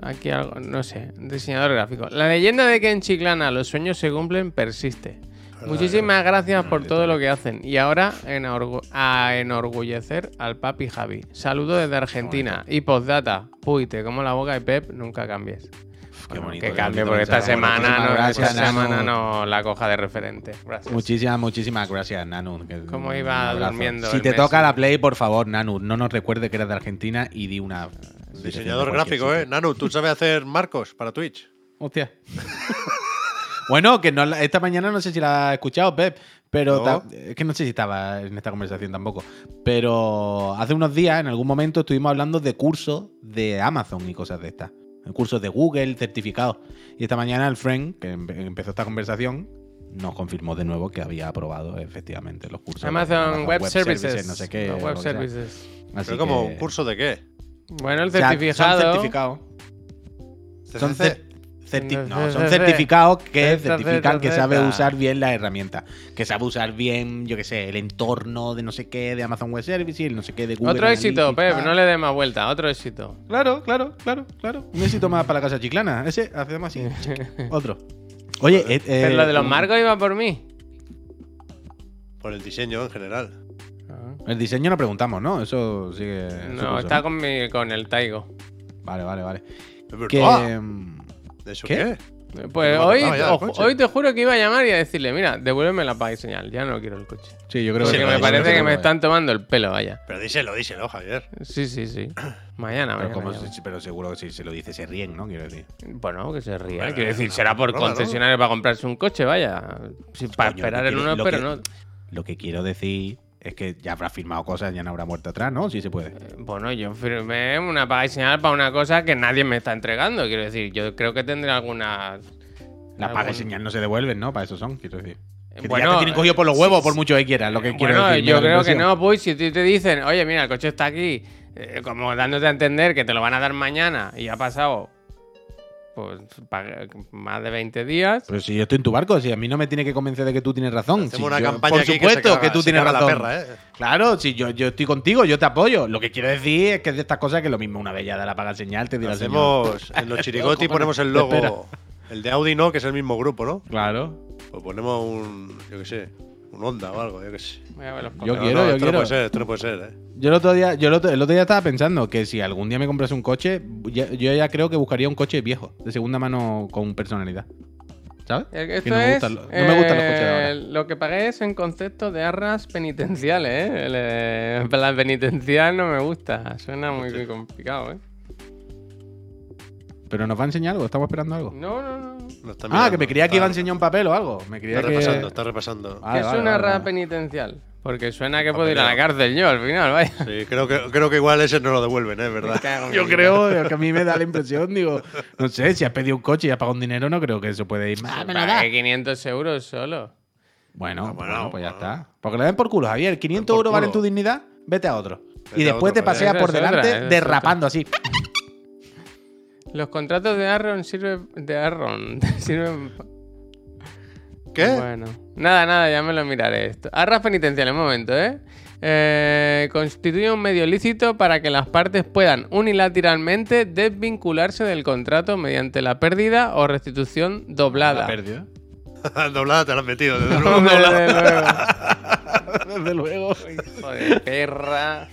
Aquí algo, no sé, diseñador gráfico. La leyenda de que en Chiclana los sueños se cumplen persiste. Muchísimas gracias por todo lo que hacen. Y ahora enorgu- a enorgullecer al papi Javi. Saludo desde Argentina. Y postdata, puy, te como la boca y Pep, nunca cambies. Qué bonito, que qué cambie, bonito eh, porque esta mensaje. semana, no, Muchísimas gracias, esta semana Nanu. no la coja de referente. Gracias. Muchísimas, muchísimas gracias, Nanu. Que- Cómo un iba abrazo. durmiendo Si el te mes. toca la play, por favor, Nanu, no nos recuerde que eres de Argentina y di una. Diseñador gráfico, ¿eh? Nanu, ¿tú sabes hacer marcos para Twitch? Hostia. bueno, que no, la- esta mañana no sé si la has escuchado, Pep, pero No. ta- es que no sé si estaba en esta conversación tampoco. Pero hace unos días, en algún momento, estuvimos hablando de cursos de Amazon y cosas de estas. Cursos de Google, certificados. Y esta mañana el friend que empe- empezó esta conversación nos confirmó de nuevo que había aprobado efectivamente los cursos. de Amazon, Web, Services. no sé qué. No, o web lo que sea. Services. Así Pero como que- un curso de qué? Bueno, el O sea, certificado. Son certificados. Son CCC. cer- certi- no, Entonces, son eh, certificados que eh, certifican que sabe eh, usar bien las herramientas, que sabe usar bien, yo qué sé, el entorno de no sé qué, de Amazon Web Services, el no sé qué, de Google. Otro éxito, Analytics, Pep, tal. no le des más vuelta, otro éxito. Claro, claro, claro, claro. Un éxito más para la casa chiclana. Ese, hacemos así. Otro. Oye, eh, eh, Pero lo de los un- marcos iba por mí. Por el diseño en general. Eh, El diseño no preguntamos, ¿no? Eso sigue. en su No, curso, está con, mi- con el Taigo. Vale, vale, vale. Es verdad. Que. ¡ah! em, ¿De eso ¿qué? qué? Pues me hoy, acordaba ya del ojo, coche. hoy te juro que iba a llamar y a decirle, mira, devuélveme la paz y señal, ya no quiero el coche. Sí, yo creo Porque que. me sí, parece sí, que me están están tomando el pelo, vaya. Pero díselo, díselo, Javier. Sí, sí, sí. Mañana, Pero, mañana. como llamo. se- pero seguro que si se lo dice se ríen, ¿no? Quiero decir. Bueno, que se ría. Hombre, eh, Quiero decir, no, será por broma, ¿no? concesionario para comprarse un coche, vaya. Sí, para Coño, esperar lo que el quiero- uno, lo pero que- no. Lo que quiero decir es que ya habrá firmado cosas, ya no habrá muerto atrás, ¿no? Sí se puede. Bueno, yo firmé una paga y señal para una cosa que nadie me está entregando. Quiero decir, yo creo que tendré alguna. La Ah, paga y bueno. señal no se devuelven, ¿no? Para eso son, quiero decir. Que Bueno, eh, ya te tienen cogido por eh, los huevos, por mucho que quieras, lo que quiero Bueno, decir, me da yo la creo que impresión. no, Puy. Si te, te dicen, oye, mira, el coche está aquí, eh, como dándote a entender que te lo van a dar mañana y ha pasado pues, pa- más de 20 días. Pero si yo estoy en tu barco, si a mí no me tiene que convencer de que tú tienes razón. Hacemos Si una yo- campaña por aquí que supuesto se caga- tú se tienes caga la razón. perra, ¿eh? Claro, si yo, yo estoy contigo, yo te apoyo. Lo que quiero decir es que es de estas cosas que lo mismo una bellada la paga señal, te dirá el señor. Hacemos en los chirigoti ponemos el logo. El de Audi no, que es el mismo grupo, ¿no? Claro. Pues ponemos un, yo qué sé, un Honda o algo, yo qué sé. Voy a ver los Yo comentarios. quiero, no, yo esto quiero. no puede ser, esto no puede ser, ¿eh? Yo el otro día, yo el otro, el otro día estaba pensando que si algún día me compras un coche, ya- yo ya creo que buscaría un coche viejo, de segunda mano con personalidad. ¿Sabes? Eh, Que Esto no, me es, gustan, los- no me gustan los coches de eh, ahora. Lo que pagué es en concepto de arras penitenciales, ¿eh? El, eh, la penitencial no me gusta. Suena muy, muy complicado, ¿eh? Pero nos va a enseñar algo, estamos esperando algo. No, no, no. No está Ah, mirando, que me creía que iba a está- enseñar un papel o algo. Me creía Está que. Ah. repasando, está repasando. Vale, que es vale, una vale, arras vale. penitencial. Porque suena que puedo ir a la Papeleo. cárcel yo al final, vaya. Sí, creo que, creo que igual ese no lo devuelven, ¿eh? Me ¿Verdad? cago en Yo mi creo, yo que a mí me da la impresión, digo, no sé, si has pedido un coche y has pagado un dinero, no creo que eso puede ir más. vida. Pagué 500 euros solo. Bueno, Ah, pues bueno, bueno, pues ya bueno. está. Porque le den por culo, Javier. 500 por euros valen culo. tu dignidad, vete a otro. Vete y a después otro, te paseas vale. por Esa es otra, delante esa es derrapando así. Los contratos de Arron sirven. De Arron. sirven. pa- ¿Qué? Bueno. Nada, nada, ya me lo miraré esto. Arras penitenciales, un momento, ¿eh? Eh, Constituye un medio lícito para que las partes puedan unilateralmente desvincularse del contrato mediante la pérdida o restitución doblada. Perdido. Doblada te la han metido, desde luego. Hombre, doblada. desde luego. Desde luego. Hijo de perra.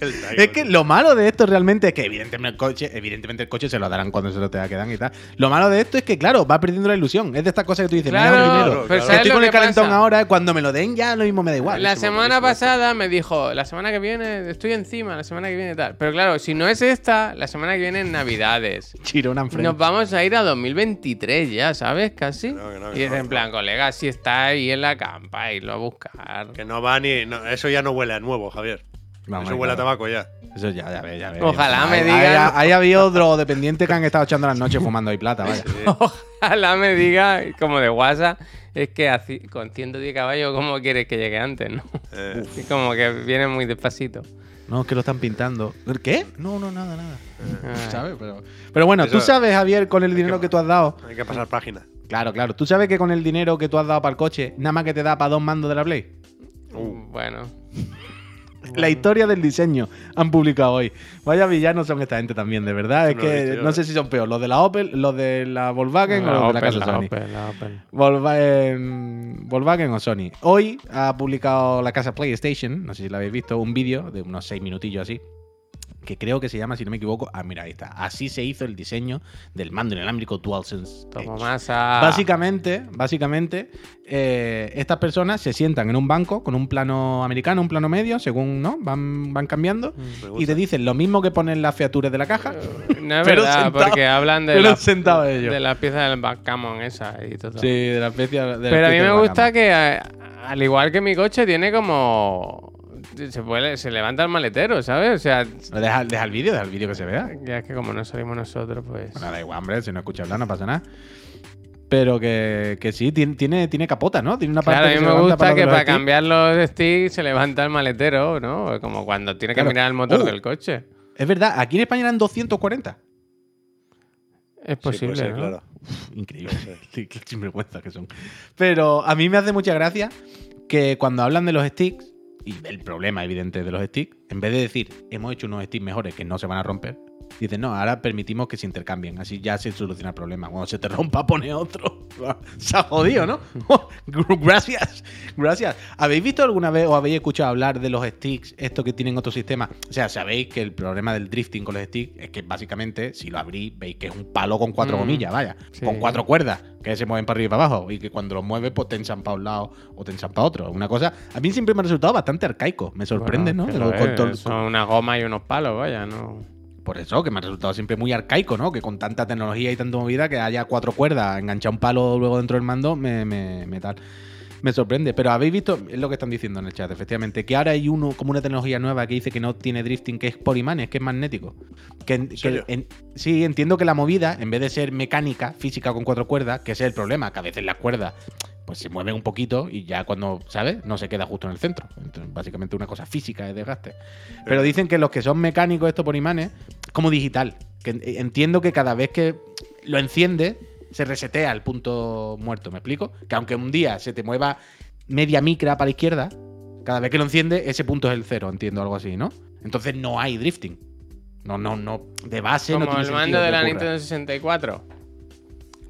El Taigo, Es que tío. lo malo de esto realmente es que evidentemente el coche, evidentemente el coche se lo darán cuando se lo tenga que dar y tal. Lo malo de esto es que, claro, va perdiendo la ilusión. Es de estas cosas que tú dices, me da un Claro, dinero. pero claro. ¿sabes Estoy lo con el que calentón pasa? ahora, cuando me lo den ya lo mismo me da igual. La Buenísimo, semana buenísimo. pasada me dijo, la semana que viene estoy encima, la semana que viene tal. Pero claro, si no es esta, la semana que viene es Navidades. Chirona en frente. Nos vamos a ir a 2023 ya, ¿sabes? Casi. no, que no, que y es no, en no. plan, colega, si está ahí en la campa, irlo a buscar. Que no va ni. no, eso ya no huele a nuevo, Javier. Vamos, eso huele a claro. tabaco ya. Eso ya, ya ve, ya ve. Ojalá me Ahí- digan. Ahí, ahí ha habido drogodependientes que han estado echando las noches fumando ahí plata, vaya. Ojalá me diga, como de WhatsApp, es que así- con 110 caballos, ¿cómo quieres que llegue antes, no? Eh, Y como que viene muy despacito. No, es que lo están pintando. ¿El ¿Qué? No, no, nada, nada. Ay. ¿Sabes? Pero, pero bueno, tú Eso- sabes, Javier, con el dinero que tú has dado. hay que pasar página. Claro, claro. Tú sabes que con el dinero que tú has dado para el coche, nada más que te da para dos mandos de la Play. Bueno. La historia del diseño han publicado hoy. Vaya villanos son esta gente también, de verdad. Es Tú no lo has que visto, no yo. sé si son peor, los de la Opel, los de la Volkswagen o los de la casa Sony. Opel, la Opel. Volkswagen, Volkswagen o Sony. Hoy ha publicado la casa PlayStation, no sé si la habéis visto, un vídeo de unos 6 minutillos así, que creo que se llama, si no me equivoco, ah, mira, ahí está. Así se hizo el diseño del mando inalámbrico DualSense. Toma Edge. masa. Básicamente, básicamente, eh, estas personas se sientan en un banco con un plano americano, un plano medio, según no, van, van cambiando, Me y gusta. te dicen lo mismo que ponen las featuras de la caja. No es Pero verdad, sentado. porque hablan de Pero la, sentado ellos. de la pieza del backgammon esa y todo. Sí, de la especie. de la Pero a mí especie me de gusta bacana. que, a- al igual que mi coche, tiene como... Se, puede, se levanta el maletero, ¿sabes? O sea, Deja, deja el vídeo, deja el vídeo que se vea. ya es que como no salimos nosotros, pues... Bueno, da igual, hombre, si no escucha hablar no pasa nada. Pero que, que sí, tien- tiene, tiene capota, ¿no? Tiene una parte Claro, a mí que se me levanta gusta para que los para sticks. cambiar los sticks se levanta el maletero, ¿no? Como cuando tiene que Claro. mirar el motor Uh. del coche. Es verdad, aquí en España eran 240. Es Sí, puede posible, ser, ¿no? claro. Increíble. Qué sinvergüenza que son. Pero a mí me hace mucha gracia que cuando hablan de los sticks, y el problema evidente de los sticks, en vez de decir, hemos hecho unos sticks mejores que no se van a romper, dicen, no, ahora permitimos que se intercambien, así ya se soluciona el problema. Cuando se te rompa, pone otro. se ha jodido, ¿no? gracias, gracias. ¿Habéis visto alguna vez o habéis escuchado hablar de los sticks, esto que tienen otro sistema? O sea, sabéis que el problema del drifting con los sticks es que básicamente, si lo abrís, veis que es un palo con cuatro Mm. gomillas, vaya, Sí. con cuatro cuerdas que se mueven para arriba y para abajo y que cuando los mueves pues te ensampa a un lado o te ensampa a otro. Una cosa, a mí siempre me ha resultado bastante arcaico, me sorprende, Bueno, ¿no? pero, Con eh, todo el- son una goma y unos palos, vaya, ¿no? por eso, que me ha resultado siempre muy arcaico, ¿no? Que con tanta tecnología y tanta movida que haya cuatro cuerdas, enganchar un palo luego dentro del mando, me, me, me tal. Me sorprende. Pero habéis visto, es lo que están diciendo en el chat, efectivamente, que ahora hay uno, como una tecnología nueva que dice que no tiene drifting, que es por imanes, que es magnético. Que, en- que serio? en- sí, entiendo que la movida, en vez de ser mecánica, física con cuatro cuerdas, que ese es el problema, que a veces las cuerdas pues se mueve un poquito y ya cuando, ¿sabes? No se queda justo en el centro. Entonces, básicamente una cosa física de desgaste. Pero dicen que los que son mecánicos, esto por imanes, es como digital. Que en- entiendo que cada vez que lo enciende, se resetea el punto muerto, ¿me explico? Que aunque un día se te mueva media micra para la izquierda, cada vez que lo enciende, ese punto es el cero, entiendo algo así, ¿no? Entonces no hay drifting. No, no, no. De base no Como tiene el sentido mando de que la ocurra. Nintendo 64.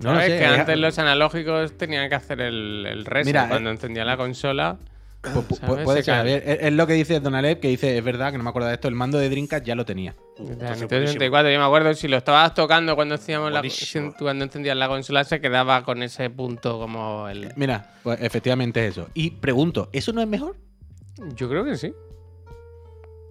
No lo ¿Sabes? sé, que es- antes los analógicos tenían que hacer el, el reset Mira, eh, cuando encendía la consola. Pu- pu- ¿Sabes? pues, puede Se ser, cae. Javier. Es, es lo que dice Don Alep, que dice, es verdad que no me acuerdo de esto, el mando de Dreamcast ya lo tenía. Uh, De la entonces, Nintendo buenísimo. 64, yo me acuerdo si lo estabas tocando cuando hacíamos la, Buenísimo. si- cuando encendías la consola, se quedaba con ese punto como el. Mira, pues efectivamente es eso. Y pregunto, ¿eso no es mejor? Yo creo que sí.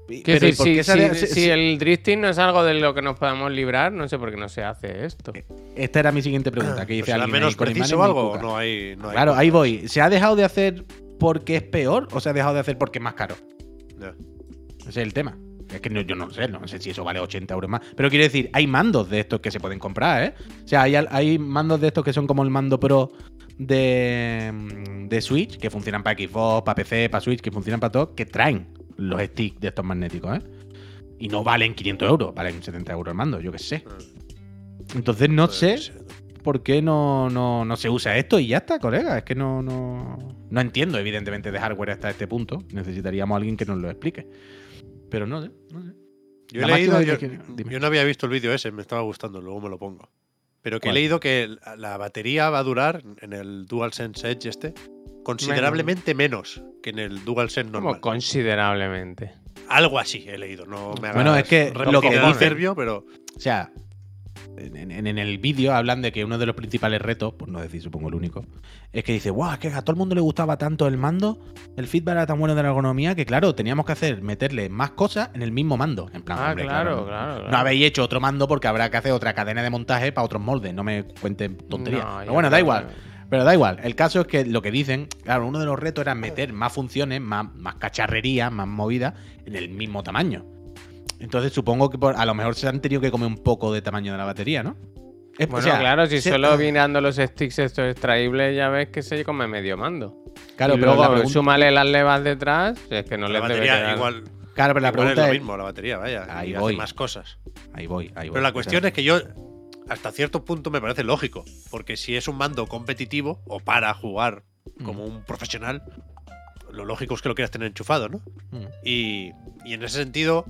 Y- Quiero pero ¿y decir, por si, qué sale- si- se- si se- el drifting no es algo de lo que nos podamos librar, no sé por qué no se hace esto. Eh, Esta era mi siguiente pregunta, que dice Pero Pues ¿Será alguien ahí menos con preciso imanes o muy algo? cuca. No hay, no hay Claro, culpa. ahí voy. ¿Se ha dejado de hacer porque es peor o se ha dejado de hacer porque es más caro? Ya. Ese es el tema. Es que no- yo no sé, no sé si eso vale 80 euros más. Pero quiero decir, hay mandos de estos que se pueden comprar, ¿eh? O sea, hay, al- hay mandos de estos que son como el mando pro de, mm, de Switch, que funcionan para Xbox, para PC, para Switch, que funcionan para todo, que traen los sticks de estos magnéticos, ¿eh? Y no valen 500 euros, valen 70 euros el mando, yo qué sé. Entonces no Pues sé ¿por qué no, no, no se usa esto? Y ya está, colega. Es que no, no, no entiendo, evidentemente, de hardware hasta este punto. Necesitaríamos a alguien que nos lo explique. Pero no sé, no sé. Yo he La máxima leído, de yo, que- dime. yo no había visto el vídeo ese, me estaba gustando, luego me lo pongo. Pero que ¿Cuál? he leído que la- la batería va a durar en el DualSense Edge este considerablemente menos, que en el DualSense normal. Como considerablemente. Algo así he leído, no me hagas Bueno, es que lo que repetir el dicen- verbio, pero O sea, en, en- en el vídeo hablan de que uno de los principales retos, por no decir supongo el único, es que dice, guau, es que a todo el mundo le gustaba tanto el mando, el feedback era tan bueno de la ergonomía que claro, teníamos que hacer, meterle más cosas en el mismo mando. En plan, Ah, hombre, claro, no- claro, claro. No habéis hecho otro mando porque habrá que hacer otra cadena de montaje para otros moldes, no me cuenten tonterías. No, Pero yo bueno, da creo igual. Pero da igual, el caso es que lo que dicen, claro, uno de los retos era meter más funciones, más, más cacharrería, más movida en el mismo tamaño. Entonces supongo que por- a lo mejor se han tenido que comer un poco de tamaño de la batería, ¿no? Es- o Bueno, sea, claro, si se- ah, solo mirando los sticks estos extraíbles, ya ves que se come medio mando. Claro, y pero luego, la pregunta, súmale las levas detrás, es que no la les debe batería quedar- igual, claro, pero la igual es pregunta lo es- mismo, la batería, vaya, Ahí y voy. hace más cosas. Ahí voy, ahí voy. Pero la O cuestión sea, es que yo, hasta cierto punto, me parece lógico. Porque si es un mando competitivo o para jugar Mm. como un profesional, lo lógico es que lo quieras tener enchufado, ¿no? mm. Y, y en ese sentido,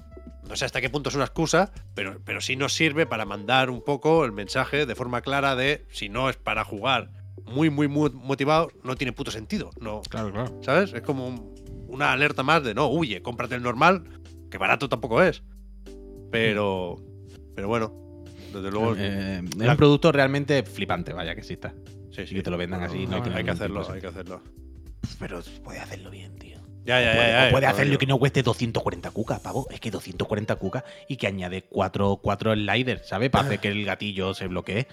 no sé hasta qué punto es una excusa, pero, pero sí nos sirve para mandar un poco el mensaje de forma clara de si no es para jugar muy, muy, muy motivado, no tiene puto sentido. No, Claro, claro. ¿Sabes? Es como un- una alerta más de no, huye, cómprate el normal, que barato tampoco es. Pero. Pero bueno, desde luego. Eh, es la- un producto realmente flipante, vaya que exista. sí, Sí, que te lo vendan así, no hay que tener ningún hay que tipo hacerlo, de hay que hacerlo. Pero puede hacerlo bien, tío. Ya, ya, puede, ya. ya, o puede ya, hacerlo ya. que no cueste 240 cucas, pavo. Es que 240 cucas y que añade 4, cuatro sliders, ¿sabes? Para hacer que el gatillo se bloquee.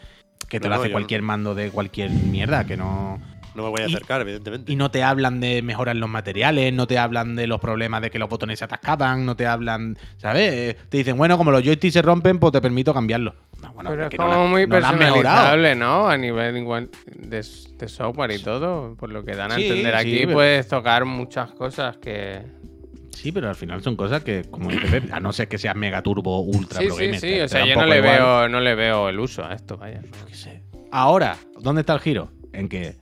Que te No, lo no, hace yo cualquier mando de cualquier mierda, que no. No me voy a Y- acercar, evidentemente. Y no te hablan de mejorar los materiales, no te hablan de los problemas de que los botones se atascaban, no te hablan. ¿Sabes? Eh, Te dicen, bueno, como los joysticks se rompen, pues te permito cambiarlos. No, bueno, Pero es que como la- muy la han mejorado. personalizable, ¿no? A nivel igual de, s- de software y todo. Por lo que dan a Sí, entender sí, aquí, pero- puedes tocar muchas cosas que. Sí, pero al final son cosas que, como dice Pep, a no ser que seas mega turbo ultra Sí, pro sí, gamer, te- sí. te O sea, da un yo no poco le, igual. veo, no le veo el uso a esto, vaya. qué sé. Ahora, ¿dónde está el giro? En que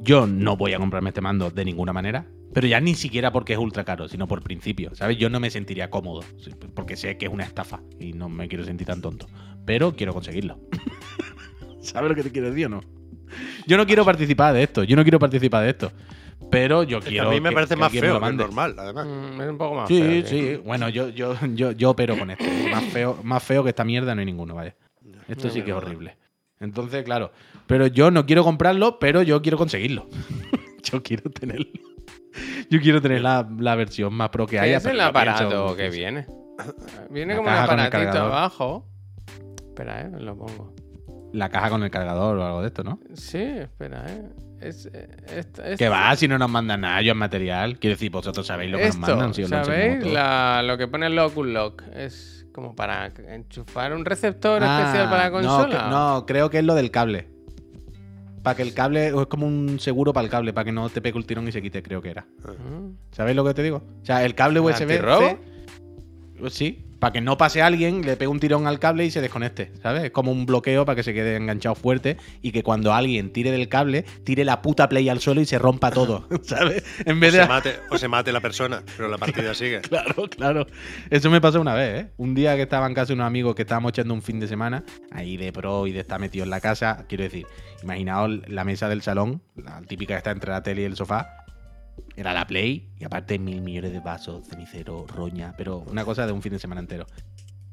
yo no voy a comprarme este mando de ninguna manera, pero ya ni siquiera porque es ultra caro, sino por principio, ¿sabes? Yo no me sentiría cómodo, sí, porque sé que es una estafa y no me quiero sentir tan tonto, pero quiero conseguirlo. ¿Sabes lo que te quiero decir o no? Yo no quiero participar de esto, yo no quiero participar de esto, pero yo Es que quiero. a mí me que- parece que más alguien me feo lo que el mande. normal, además. Mm, es un poco más. Ah. Sí, feo, sí. Bueno, yo, yo, yo, yo opero con esto. Más feo, más feo que esta mierda no hay ninguno, vaya. Esto No, sí que es verdad. horrible. Entonces, claro. Pero yo no quiero comprarlo, pero yo quiero conseguirlo. yo quiero tenerlo. Yo quiero tener la, la versión más pro que ¿Qué haya. es pero el yo pienso- aparato que viene? Viene La como un caja con el aparatito cargador. abajo. Espera, eh, lo pongo. La caja con el cargador o algo de esto, ¿no? Sí, espera, eh. Es, eh, esta- esta- Que va, si no nos mandan nada, yo es material. Quiero decir, vosotros sabéis lo que nos Esto, mandan. si os lo ¿sabéis? enseñamos todo. La- lo que pone el Oculus Lock es como para enchufar un receptor Ah, especial para la no, consola. que- No, creo que es lo del cable. Para que el cable, o es como un seguro para el cable, para que no te pegue el tirón y se quite, creo que era. Mm. ¿Sabéis lo que te digo? O sea, el cable USB. ¿Antirrobo? Pues Sí, para que no pase alguien, le pegue un tirón al cable y se desconecte, ¿sabes? Es como un bloqueo para que se quede enganchado fuerte y que cuando alguien tire del cable, tire la puta play al suelo y se rompa todo, ¿sabes? En O vez de. se, mate, o se mate la persona, pero la partida sigue. Claro, claro. Eso me pasó una vez, ¿eh? Un día que estaba en casa de unos amigos que estábamos echando un fin de semana, ahí de pro y de estar metido en la casa, quiero decir, imaginaos la mesa del salón, la típica que está entre la tele y el sofá, era la Play, y aparte mil millones de vasos, cenicero, roña, pero una cosa de un fin de semana entero.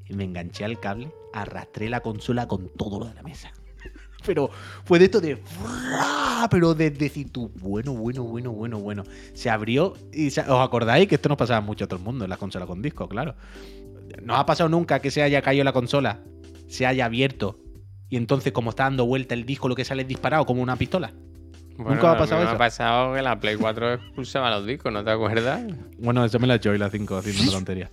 Y me enganché al cable, arrastré la consola con todo lo de la mesa. Pero fue de esto de... ¡fra! Pero de decir tú, bueno, bueno, bueno, bueno, bueno. Se abrió y se- os acordáis que esto nos pasaba mucho a todo el mundo en la consola con disco, claro. No ha pasado nunca que se haya caído la consola, se haya abierto y entonces como está dando vuelta el disco lo que sale es disparado como una pistola. Bueno, Nunca me ha a mí pasado Me eso. ha pasado que la Play 4 expulsaba los discos, ¿no te acuerdas? Bueno, eso me la he y la 5 haciendo tontería.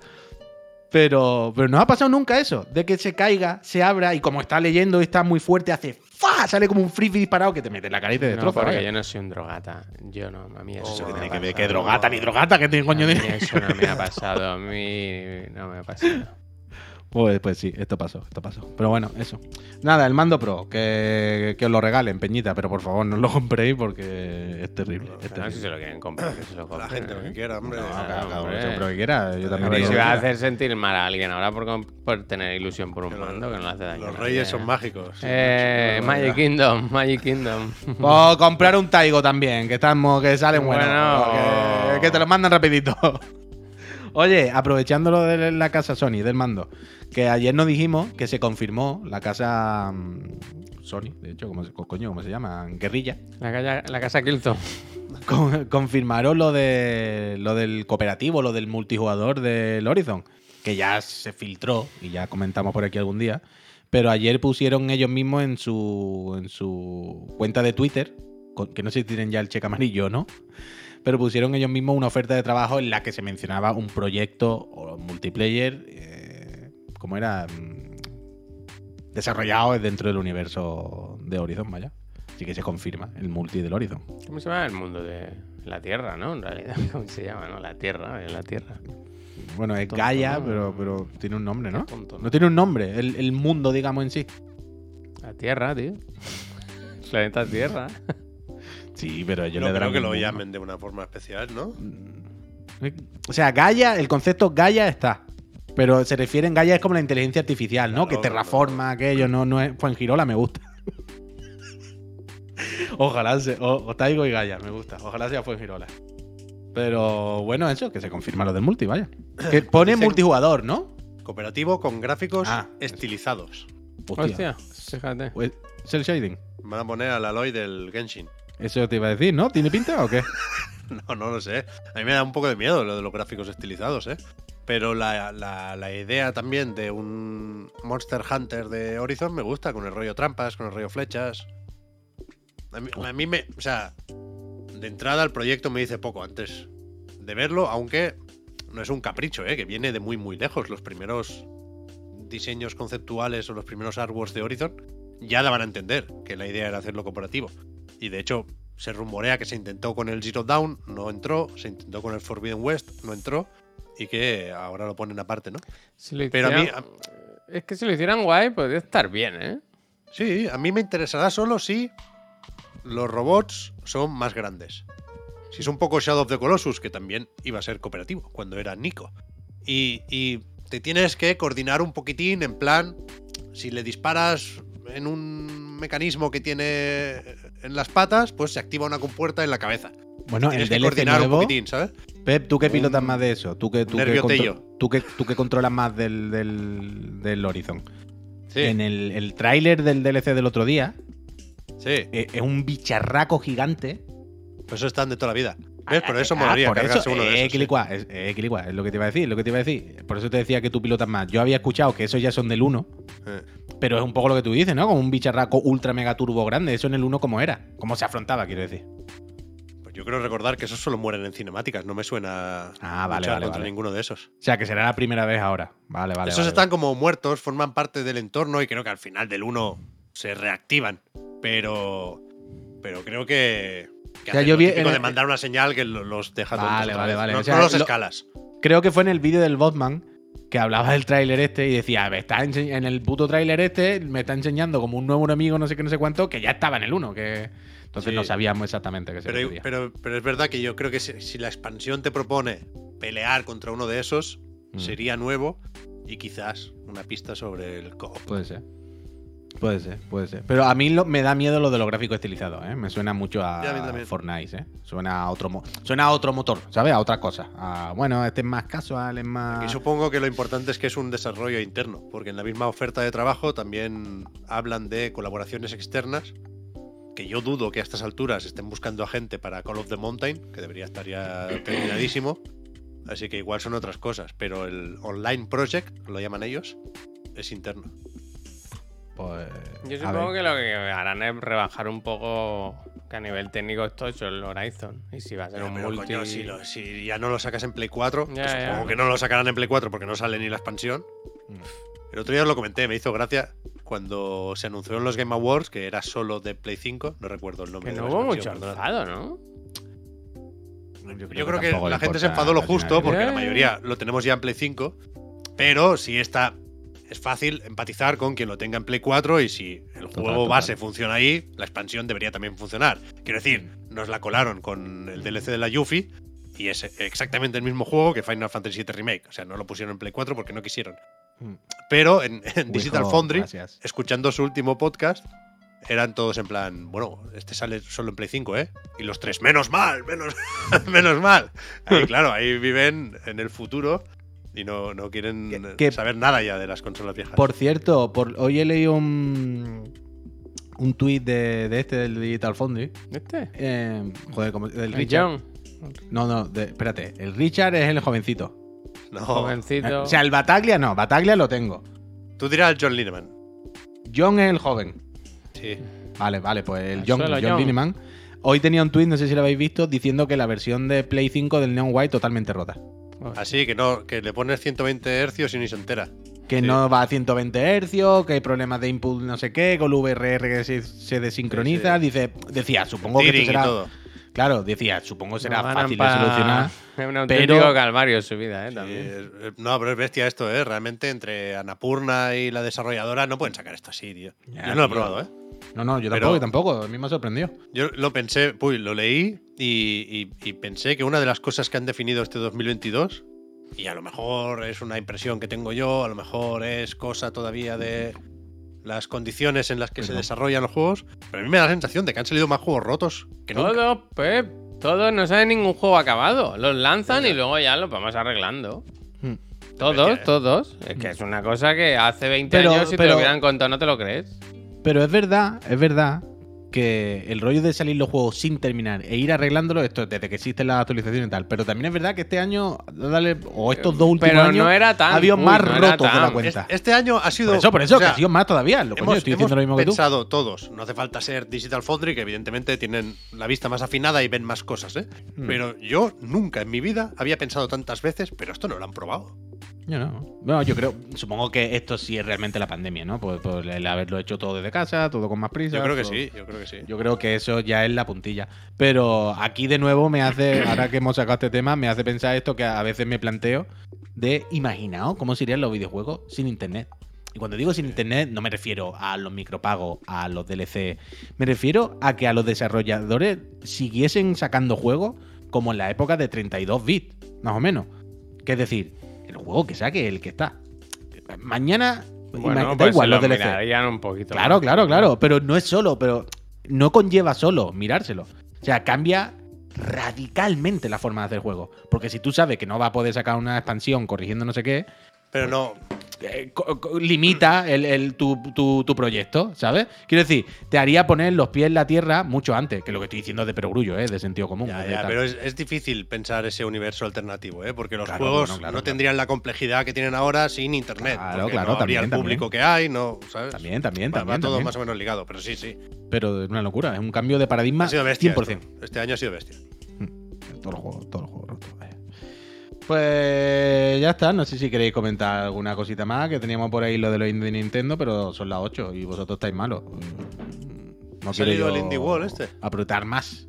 Pero, pero no ha pasado nunca eso, de que se caiga, se abra y como está leyendo y está muy fuerte, hace ¡fa! Sale como un frisbee disparado que te mete en la cara y te No, destroza. porque vaya. yo no soy un drogata. Yo no, a mí eso. Eso no que me tiene ha que ver, pasado. que drogata ni drogata, que tiene coño A de... mí Eso no me ha pasado, a mí no me ha pasado. Pues, pues sí, esto pasó, esto pasó. Pero bueno, eso. Nada, el mando pro, que, que os lo regalen, Peñita, pero por favor no lo compréis porque es terrible. Es No, terrible. si se lo quieren comprar, que se lo compren. La gente lo ¿eh? que quiera, hombre. No, Cada- cada uno hombre. se compra lo que quiera, yo también Pero digo si lo va a que quiera. hacer sentir mal a alguien ahora por, com- por tener ilusión por un Que lo- mando que no le hace daño. a Los nadie, reyes ¿eh? son mágicos. Eh, Magic Kingdom, Magic Kingdom. O comprar un Taigo también, que estamos, que salen buenos. Bueno. Que, que te lo mandan rapidito. Oye, aprovechando lo de la casa Sony, del mando, que ayer nos dijimos que se confirmó la casa mm, Sony, de hecho, ¿cómo, se- co- coño, ¿cómo se llama? Guerrilla. La, calla- la casa Kilton. Con- confirmaron lo de lo del cooperativo, lo del multijugador del Horizon, que ya se filtró y ya comentamos por aquí algún día. Pero ayer pusieron ellos mismos en su en su cuenta de Twitter, con- que no sé si tienen ya el cheque amarillo, ¿no? Pero pusieron ellos mismos una oferta de trabajo en la que se mencionaba un proyecto o multiplayer, eh, como era Mm, desarrollado dentro del universo de Horizon, vaya. Así que se confirma el multi del Horizon. ¿Cómo se llama? El mundo de la Tierra, ¿no? En realidad, ¿cómo se llama? No, la Tierra, es la Tierra. Bueno, es Tonto, Gaia, ¿no? pero, pero tiene un nombre, ¿no? Qué tonto, ¿no? No tiene un nombre, el, el mundo, digamos, en sí. La Tierra, tío. Planeta Tierra. Sí, pero Yo yo no le daré creo que lo llamen de una forma especial, ¿no? Eh, O sea, Gaia, el concepto Gaia está. Pero se refieren, Gaia es como la inteligencia artificial, ¿no? Claro, que terraforma, aquello, no, no es. Fuengirola me gusta. Ojalá se. O, o Taigo y Gaia, me gusta. Ojalá sea Fuengirola. Pero bueno, eso, que se confirma lo del multi, vaya. Que pone Dicen- multijugador, ¿no? Cooperativo con gráficos Ah. estilizados. Hostia, fíjate. Pues, Cell shading. Van a poner al Aloy del Genshin. Eso te iba a decir, ¿no? ¿Tiene pinta o qué? No, no lo sé. A mí me da un poco de miedo lo de los gráficos estilizados, ¿eh? Pero la, la- la idea también de un Monster Hunter de Horizon me gusta, con el rollo trampas, con el rollo flechas. A mí, a mí me. O sea, de entrada el proyecto me dice poco antes de verlo, aunque no es un capricho, ¿eh? Que viene de muy, muy lejos. Los primeros diseños conceptuales o los primeros artworks de Horizon ya daban a entender que la idea era hacerlo cooperativo. Y de hecho, se rumorea que se intentó con el Zero Down, no entró, se intentó con el Forbidden West, no entró, y que ahora lo ponen aparte, ¿no? Si lo Pero a mí- hicieran- Es que si lo hicieran guay, podría estar bien, ¿eh? Sí, a mí me interesará solo si los robots son más grandes. Si es un poco Shadow of the Colossus, que también iba a ser cooperativo cuando era Nico. Y, y te tienes que coordinar un poquitín en plan, si le disparas en un mecanismo que tiene en las patas, pues se activa una compuerta en la cabeza. Bueno, Ah, el tienes que DLC coordinar nuevo. un poquitín, ¿sabes? Pep, ¿tú qué Un pilotas más de eso? ¿Tú que, tú, que nervio contro- tello. tú, que, tú que controlas más del, del, del Horizon? Sí, En el, el tráiler del DLC del otro día, sí. eh, es un bicharraco gigante. Pues eso están de toda la vida. ¿Ves? Por eso Ah, molaría por cargarse eso, uno de eh, esos. sí. quilicua, es, eh, quilicua, es lo que te iba a decir, lo que te iba a decir. Por eso te decía que tú pilotas más. Yo había escuchado que esos ya son del 1, Eh. pero es un poco lo que tú dices, ¿no? Como un bicharraco ultra mega turbo grande. Eso en el 1 como era, cómo se afrontaba, quiero decir. Pues yo creo recordar que esos solo mueren en cinemáticas. No me suena Ah, vale, luchar vale, contra vale. ninguno de esos. O sea, que será la primera vez ahora. Vale, vale. esos vale, están como muertos, forman parte del entorno y creo que al final del uno se reactivan. Pero Pero creo que. que O sea, hacen yo lo vi típico en- de mandar una señal que lo- los deja Vale, tontos otra vale, vez. vale. No, O sea, no los lo- escalas. Creo que fue en el vídeo del Botman que hablaba del tráiler este y decía, me está ense- en el puto tráiler este me está enseñando como un nuevo enemigo, no sé qué, no sé cuánto, que ya estaba en el 1, que entonces Sí. no sabíamos exactamente qué se Pero, refería. pero, pero es verdad que yo creo que si, si la expansión te propone pelear contra uno de esos, Mm. sería nuevo y quizás una pista sobre el co Puede ser. Puede ser, puede ser. Pero a mí lo- me da miedo lo de los gráficos estilizados, ¿eh? Me suena mucho a Ya, a mí también. Fortnite, ¿eh? Suena a otro mo- suena a otro motor, ¿sabes? A otra cosa. A, bueno, este es más casual, Ah. es Y más. supongo que lo importante es que es un desarrollo interno, porque en la misma oferta de trabajo también hablan de colaboraciones externas, que yo dudo que a estas alturas estén buscando a gente para Call of the Mountain, que debería estar ya terminadísimo, así que igual son otras cosas, pero el Online Project, lo llaman ellos, es interno. Pues, Yo a supongo ver. que lo que harán es rebajar un poco que a nivel técnico esto hecho el Horizon. Y si va a ser Pero, un pero, multi... coño, si, lo- si ya no lo sacas en Play 4, que Ya, ya. supongo que no lo sacarán en Play 4 porque no sale ni la expansión. Mm. El otro día os lo comenté, me hizo gracia cuando se anunció en los Game Awards que era solo de Play 5, no recuerdo el nombre. Que de no la hubo mucho expansión, perdonad. enfado, ¿no? Yo creo que tampoco le la gente importa se ¿eh? enfadó lo al final. justo porque Ya, la ya, ya. mayoría lo tenemos ya en Play 5, pero si está... Es fácil empatizar con quien lo tenga en Play 4 y si el Total, juego total. base funciona ahí, la expansión debería también funcionar. Quiero decir, nos la colaron con el DLC de la Yuffie y es exactamente el mismo juego que Final Fantasy VII Remake. O sea, no lo pusieron en Play 4 porque no quisieron. Mm. Pero en, en Wijo, Digital Foundry, gracias. escuchando su último podcast, eran todos en plan, bueno, este sale solo en Play 5, ¿eh? Y los tres, menos mal, menos, menos mal. Ahí, claro, ahí viven en el futuro y no, no quieren Que- que- saber nada ya de las consolas viejas. Por cierto, por, hoy he leído un, un tuit de, de este del Digital Foundry. ¿Este? eh, joder, como, del El Richard. John, No, no, de- espérate. El Richard es el jovencito. no, Eh, jovencito. O sea, el Bataglia no, Bataglia lo tengo. tú dirás al John Lineman. John es el joven. Sí. Vale, vale, pues el Al John, suelo, el John John. Lineman. Hoy tenía un tweet, no sé si lo habéis visto, diciendo que la versión de Play 5 del Neon White totalmente rota. Así que no, que le pones 120 hercios y ni se entera. Que Sí. no va a 120 Hz, que hay problemas de input no sé qué, con el VRR que se, se desincroniza. Sí, Dice, decía, supongo que Tearing esto y será. todo. Claro, decía, supongo será Lo ganan Pues fácil de pa- solucionar. Es un auténtico pero- calvario su vida, ¿eh? Sí, También. es- es- no, pero es bestia esto, ¿eh? Realmente entre Anapurna y la desarrolladora no pueden sacar esto así, tío. Ya, Yo no lo he tío. probado, ¿eh? No, no, yo Pero- tampoco, yo tampoco. A mí me ha sorprendido. Yo lo pensé, uy, lo leí y, y- y pensé que una de las cosas que han definido este 2022, y a lo mejor es una impresión que tengo yo, a lo mejor es cosa todavía de las condiciones en las que se Perdón. desarrollan los juegos, pero a mí me da la sensación de que han salido más juegos rotos que nunca. Todos, Pep, todos pues, no saben ningún juego acabado. Los lanzan y luego ya los vamos arreglando. Hmm. Todos, todos. Es que es una cosa que hace 20 Pero- años si te pero- lo hubieran contado no te lo crees. Pero es verdad, es verdad que el rollo de salir los juegos sin terminar e ir arreglándolo, esto es desde que existen las actualizaciones y tal. Pero también es verdad que este año, dale, o estos Eh, dos últimos Pero años, no era tan. ha habido Uy, más no era rotos de la tan. cuenta. Es- Este año ha sido. Por eso, por eso, o sea, que ha sido más todavía. Lo coño, hemos, estoy hemos diciendo lo mismo que tú. pensado todos. No hace falta ser Digital Foundry, que evidentemente tienen la vista más afinada y ven más cosas, ¿eh? Hmm. Pero yo nunca en mi vida había pensado tantas veces, pero esto no lo han probado. Yo no. Bueno, yo creo, supongo que esto sí es realmente la pandemia, ¿no? Por, por el haberlo hecho todo desde casa, todo con más prisa. Yo creo que todo- sí, yo creo que sí. Yo creo que eso ya es la puntilla. Pero aquí de nuevo me hace, ahora que hemos sacado este tema, me hace pensar esto que a veces me planteo de imaginaos cómo serían los videojuegos sin internet. Y cuando digo sin internet no me refiero a los micropagos, a los DLC, me refiero a que a los desarrolladores siguiesen sacando juegos como en la época de 32 bits, más o menos. Que es decir, el juego que saque el que está. Mañana Bueno, da pues igual se los lo DLC. mirarían un poquito. Claro, claro, claro. Pero no es solo, pero no conlleva solo mirárselo. O sea, cambia radicalmente la forma de hacer juego. Porque si tú sabes que no va a poder sacar una expansión corrigiendo no sé qué, pues, Pero no, eh, co- co- limita el, el- tu, tu- tu proyecto, ¿sabes? Quiero decir, te haría poner los pies en la tierra mucho antes, que lo que estoy diciendo es de perogrullo, ¿eh? de sentido común. ya, de ya, tal. pero es, es difícil pensar ese universo alternativo, ¿eh? porque los Claro, juegos bueno, claro, no claro. tendrían la complejidad que tienen ahora sin internet. Claro, porque claro, no habría también, el público que hay, no, ¿sabes? También, también, Va- va también. todo también. más o menos ligado, pero sí, sí. Pero es una locura, es un cambio de paradigma Ha sido bestia. 100%. esto. Este año ha sido bestia. Todo el juego, todo el juego roto. Pues ya está, no sé si queréis comentar alguna cosita más, que teníamos por ahí lo de los indies de Nintendo, pero son las 8 y vosotros estáis malos. Mm, No quiero ¿Ha salido yo el Indie Wall este? apretar más.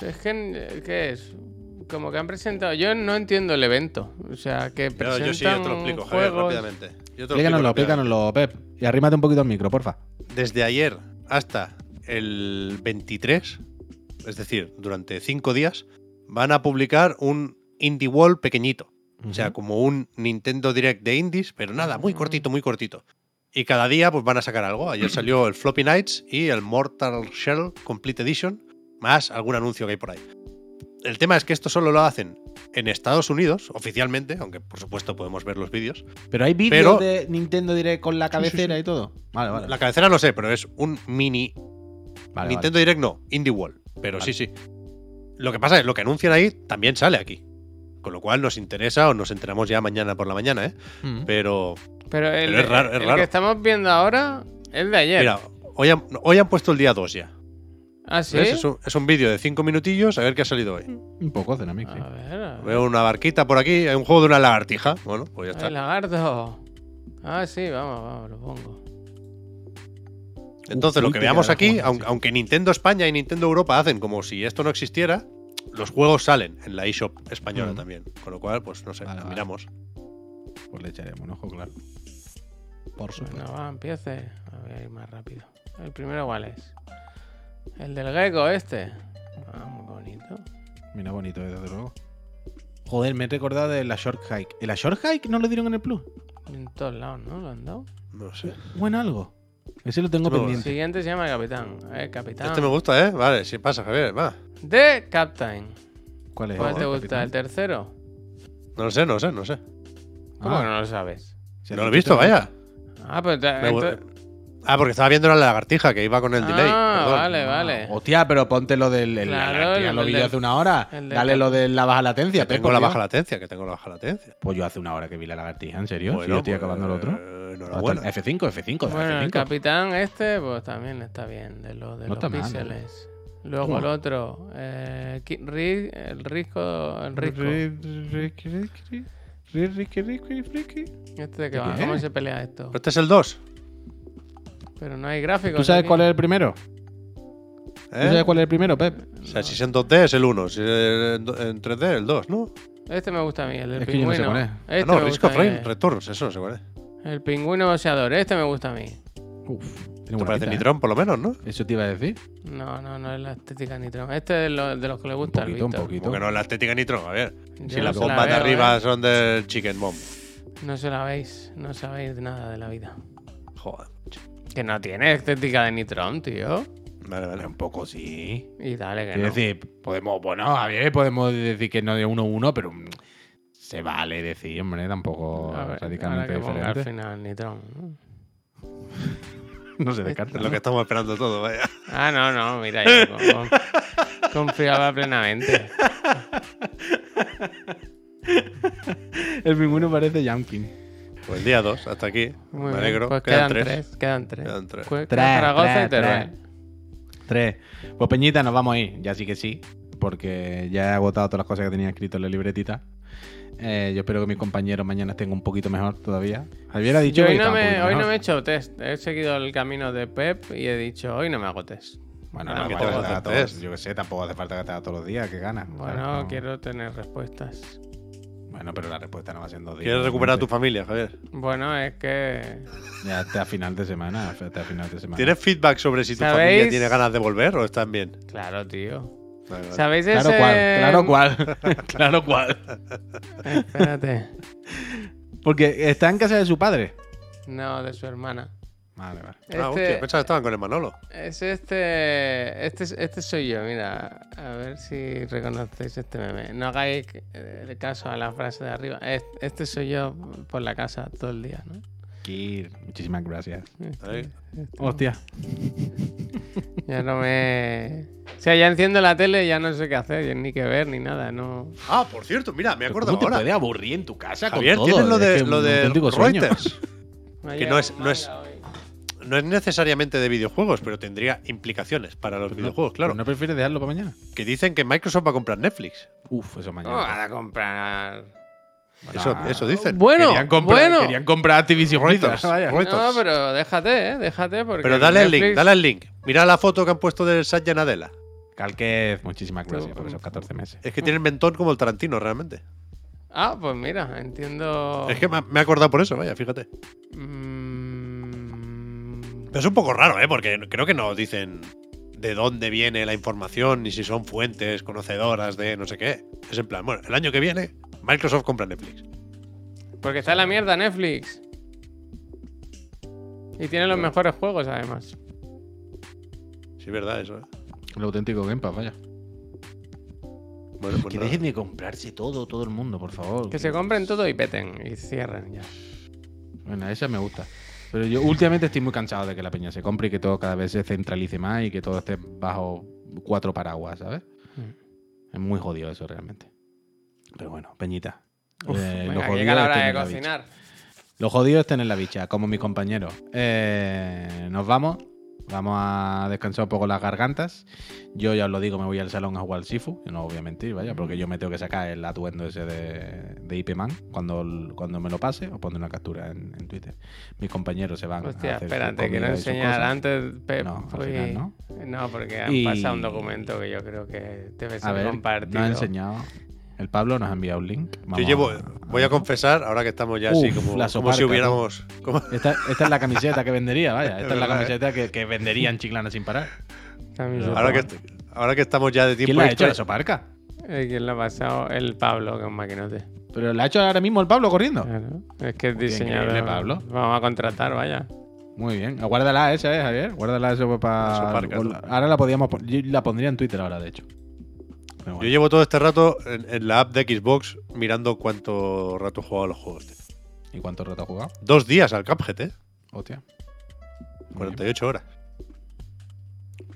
Es que, ¿qué es? Como que han presentado. Yo no entiendo el evento. O sea, que Yo, presentan yo sí, yo te lo explico, Javier, juegos- rápidamente. Yo te lo explico Explícanoslo, rápidamente. explícanoslo, Pep. Y arrímate un poquito al micro, porfa. Desde ayer hasta el 23, es decir, durante cinco días, van a publicar un Indie Wall pequeñito. O sea, como un Nintendo Direct de indies, pero nada, Mm. muy cortito, muy cortito. Y cada día pues van a sacar algo. Ayer salió el Floppy Knights y el Mortal Shell Complete Edition, más algún anuncio que hay por ahí. El tema es que esto solo lo hacen en Estados Unidos, oficialmente, aunque por supuesto podemos ver los vídeos. Pero hay vídeos Pero- de Nintendo Direct con la cabecera y todo. Vale, vale. La cabecera no sé, pero es un mini Vale, Nintendo Direct no, Indie Wall. Pero sí, sí. Lo que pasa es lo que anuncian ahí también sale aquí. Con lo cual nos interesa o nos enteramos ya mañana por la mañana, ¿eh? vale. Mm. Pero Pero el, Pero es raro, es el raro. que estamos viendo ahora es de ayer. Mira, hoy han, hoy han puesto el día 2 ya. ¿Ah, sí? Mm. ¿Ves? Es un, es un vídeo de 5 minutillos, a ver qué ha salido hoy. Un poco Cenamic, sí. A Ah. ver, a ver. Veo una barquita por aquí, hay un juego de una lagartija. Bueno, pues ya Ay, está. lagarto. Ah, sí, vamos, vamos, lo pongo. Entonces, lo Uy, que te veamos quedará aquí, jugando, aunque, sí. aunque Nintendo España y Nintendo Europa hacen como si esto no existiera, los juegos salen en la eShop española Mm. Ujú. también. Con lo cual, pues no sé, Vale, la vale. miramos. Pues le echaremos un ojo, claro. Por supuesto. Bueno, va, empiece. Ah, Voy a ir más rápido. El primero, ¿cuál es? El del gecko este. Ah, muy bonito. Mira, bonito, eh, desde luego. Joder, me he recordado de la Short Hike. ¿En la Short Hike no lo dieron en el Plus? En todos lados, ¿no? Lo han dado. No sé. Buen algo. Ese lo tengo No, El pendiente. siguiente se llama Capitán. Eh, Capitán. Este me gusta, ¿eh? Vale, si pasa, Javier, va. De Captain. ¿Cuál es? ¿Cuál te el gusta? capitán? ¿El tercero? No lo sé, no lo sé, no lo sé. ¿Cómo Ah. que no lo sabes? Si No lo he hace visto, tiempo- vaya. Ah, pero. te- Me gu- ento- Ah, porque estaba viendo la lagartija que iba con el Ah, delay. perdón. vale, vale. Hostia, pero ponte lo del. el- Claro, la- tía, el lo vi del- yo hace una hora. el del- Dale lo de la baja latencia. Que Pepo, tengo la tío. baja latencia, que tengo la baja latencia. Pues yo hace una hora que vi la lagartija, ¿en serio? Bueno, si yo estoy pues, acabando el otro. Ah, eh, Hasta Enhorabuena. el F5, F5, de Bueno, el F5. capitán este, pues también está bien, de, los de No los está mal, ¿no? píxeles. Luego ¿Cómo? el otro, eh, Ki- Ri- el risco, el risco. Este de que va, ¿Qué? ¿cómo se pelea esto? Pero este es el 2. Pero no hay gráficos. ¿Tú sabes aquí. cuál es el primero? ¿Tú sabes cuál es el primero, Pep? ¿eh? O sea, si es en 2D es el 1, si es en do- en 3D el 2, ¿no? Este me gusta a mí, el del Es que yo no pingüino. sé cuál es. Ah, Este no, me Risk gusta of a mí, Rain, Returns, eso ¿eh? no sé cuál es. El pingüino boxeador, este me gusta a mí. Uf, tiene Te buena parece pinta, ¿eh? Nitron, por lo menos, ¿no? Eso te iba a decir. No, no, no es la estética ni Nitron. Este es de lo- de los, que le Un gusta al poquito, un Víctor. poquito. Porque no es la estética Nitron, a ver. Yo Si Si no las se la bombas de veo, arriba ¿eh? son del Chicken Bomb. No se la veis, no sabéis nada de la vida. Joder. Que no tiene estética de Nitron, tío. Vale, Vale, vale. un poco sí. Y dale que Quiero no. decir, podemos, bueno, a ver, podemos decir que no de 1-1, pero mm, se vale decir, hombre, tampoco A ver, ahora radicalmente que ponga diferente. Al final, Nitron. ¿no? No se descarta. Es lo que estamos esperando todo, vaya. Ah, no, no, mira, yo con- con- confiaba plenamente. El pingüino parece Jumping. Pues el día 2, hasta aquí. Muy Me bien, alegro. pues Quedan quedan, 3. tres. Quedan tres. Quedan tres. Cuenca, Tres, Zaragoza tres, y Teruel. Tres. Pues Peñita, nos vamos a ir. Ya sí que sí, porque ya he agotado todas las cosas que tenía escrito en la libretita. Eh, yo espero que mis compañeros mañana estén un poquito mejor todavía. Javier ha dicho Yo que hoy no, estaba un me, poquito hoy no mejor. me he hecho test. He seguido el camino de Pep y he dicho, hoy no me hago test. Bueno, Ah, no, que tampoco te hace vas a falta- test. yo que sé, tampoco hace falta que te haga todos los días, que ganas. Bueno, No. quiero tener respuestas. Bueno, pero la respuesta no va siendo días. ¿Quieres recuperar a tu familia, Javier? Bueno, es que. Ya hasta final de semana, hasta final de semana. ¿Tienes feedback sobre si tu ¿Sabéis? familia tiene ganas de volver o están bien? Claro, tío. Vale, vale. ¿Sabéis ese.? Claro cual, claro cual, claro cual. Espérate. Porque está en casa de su padre. No, de su hermana. Vale, vale. Este, Ah, hostia, pensaba que estaban con el Manolo. es este, este. Este soy yo, mira. A ver si reconocéis este meme. No hagáis eh, el caso a la frase de arriba. Es- Este, soy yo por la casa todo el día, ¿no? Este, Kir, muchísimas gracias. Ahí. Hostia. Ya no me. O sea, ya enciendo la tele, ya no sé qué hacer, ya ni qué ver, ni nada, no. Ah, por cierto, mira, me acuerdo ¿Cómo te ahora. puede aburrir en tu casa Javier, con todo? tienes lo Es de, que lo un de auténtico sueño. Reuters. Me ha Que no llegado es- un no manga es- hoy. No es necesariamente de videojuegos, pero tendría implicaciones para los videojuegos, claro. ¿No prefieres dejarlo para mañana? Que dicen que Microsoft va a comprar Netflix. Uf, eso ¿Cómo mañana. van a comprar? Eso, eso dicen. Ah. Bueno, querían, comprar, bueno. querían comprar Activision Ruitos, Blizzard, vaya. ruitos. No, pero déjate, ¿eh? Déjate porque... Pero dale el link, Netflix- dale el link. Mira la foto que han puesto del Satya Nadella. Calquez, muchísimas gracias por esos 14 meses. Es que tiene el mentón como el Tarantino, realmente. Ah, pues mira, entiendo... Es que me me he acordado por eso, vaya, fíjate. Mm, Pero es un poco raro, ¿eh? Porque creo que no dicen de dónde viene la información ni si son fuentes conocedoras de no sé qué. Es en plan, bueno, el año que viene Microsoft compra Netflix. Porque está en la mierda Netflix. Y tiene los mejores juegos, además. Sí, es verdad eso, ¿eh? El auténtico Game Pass, vaya. Bueno, pues Que nada. dejen de comprarse todo, todo el mundo, por favor. Que se compren todo y peten. Y cierren ya. Bueno, esa me gusta. Pero yo últimamente estoy muy cansado de que la peña se compre y que todo cada vez se centralice más y que todo esté bajo cuatro paraguas, ¿sabes? Mm. Es muy jodido eso realmente. Pero bueno, peñita. Uf, Eh, venga, jodido llega la es hora de tener bicha. cocinar. Lo jodido es tener la bicha, como mis compañeros. Eh, nos vamos. Vamos a descansar un poco las gargantas. Yo ya os lo digo, me voy al salón a jugar al Sifu. No obviamente, vaya, porque yo me tengo que sacar el atuendo ese de, de IP Man. Cuando, cuando me lo pase, os pondré una captura en, en Twitter. Mis compañeros se van a Hostia, hacer su espérate, quiero comida y sus enseñar cosas. antes. Pep, No, al uy. final, ¿no? No, porque han Y- pasado un documento que yo creo que debe A ser ver, compartido. nos ha enseñado. El Pablo nos ha enviado un link. Vamos Yo llevo, a- voy a confesar, ahora que estamos ya así Uf, como, la como si soparca, hubiéramos. como- Esta, esta es la camiseta que vendería, vaya. Esta es, Es la verdad, camiseta que, que vendería en Chiclana sin parar. Camiseta. ahora, que, ahora que estamos ya de tiempo. ¿Quién la ha hecho extra- la soparca? Eh, ¿Quién lo ha pasado? El Pablo, que es un maquinote. Pero la ha hecho ahora mismo el Pablo corriendo. Claro. Es que es Muy diseñador. increíble, Pablo. Vamos a contratar, vaya. Muy bien. Guárdala esa, eh, Javier. Guárdala esa La para. soparca, ¿no? Ahora la podíamos pon- Yo la pondría en Twitter ahora, de hecho. Pero Yo bueno. llevo todo este rato en, en la app de Xbox mirando cuánto rato he jugado a los juegos. tío. ¿Y cuánto rato ha jugado? Dos días al Cuphead, ¿eh? Hostia. Muy 48 horas.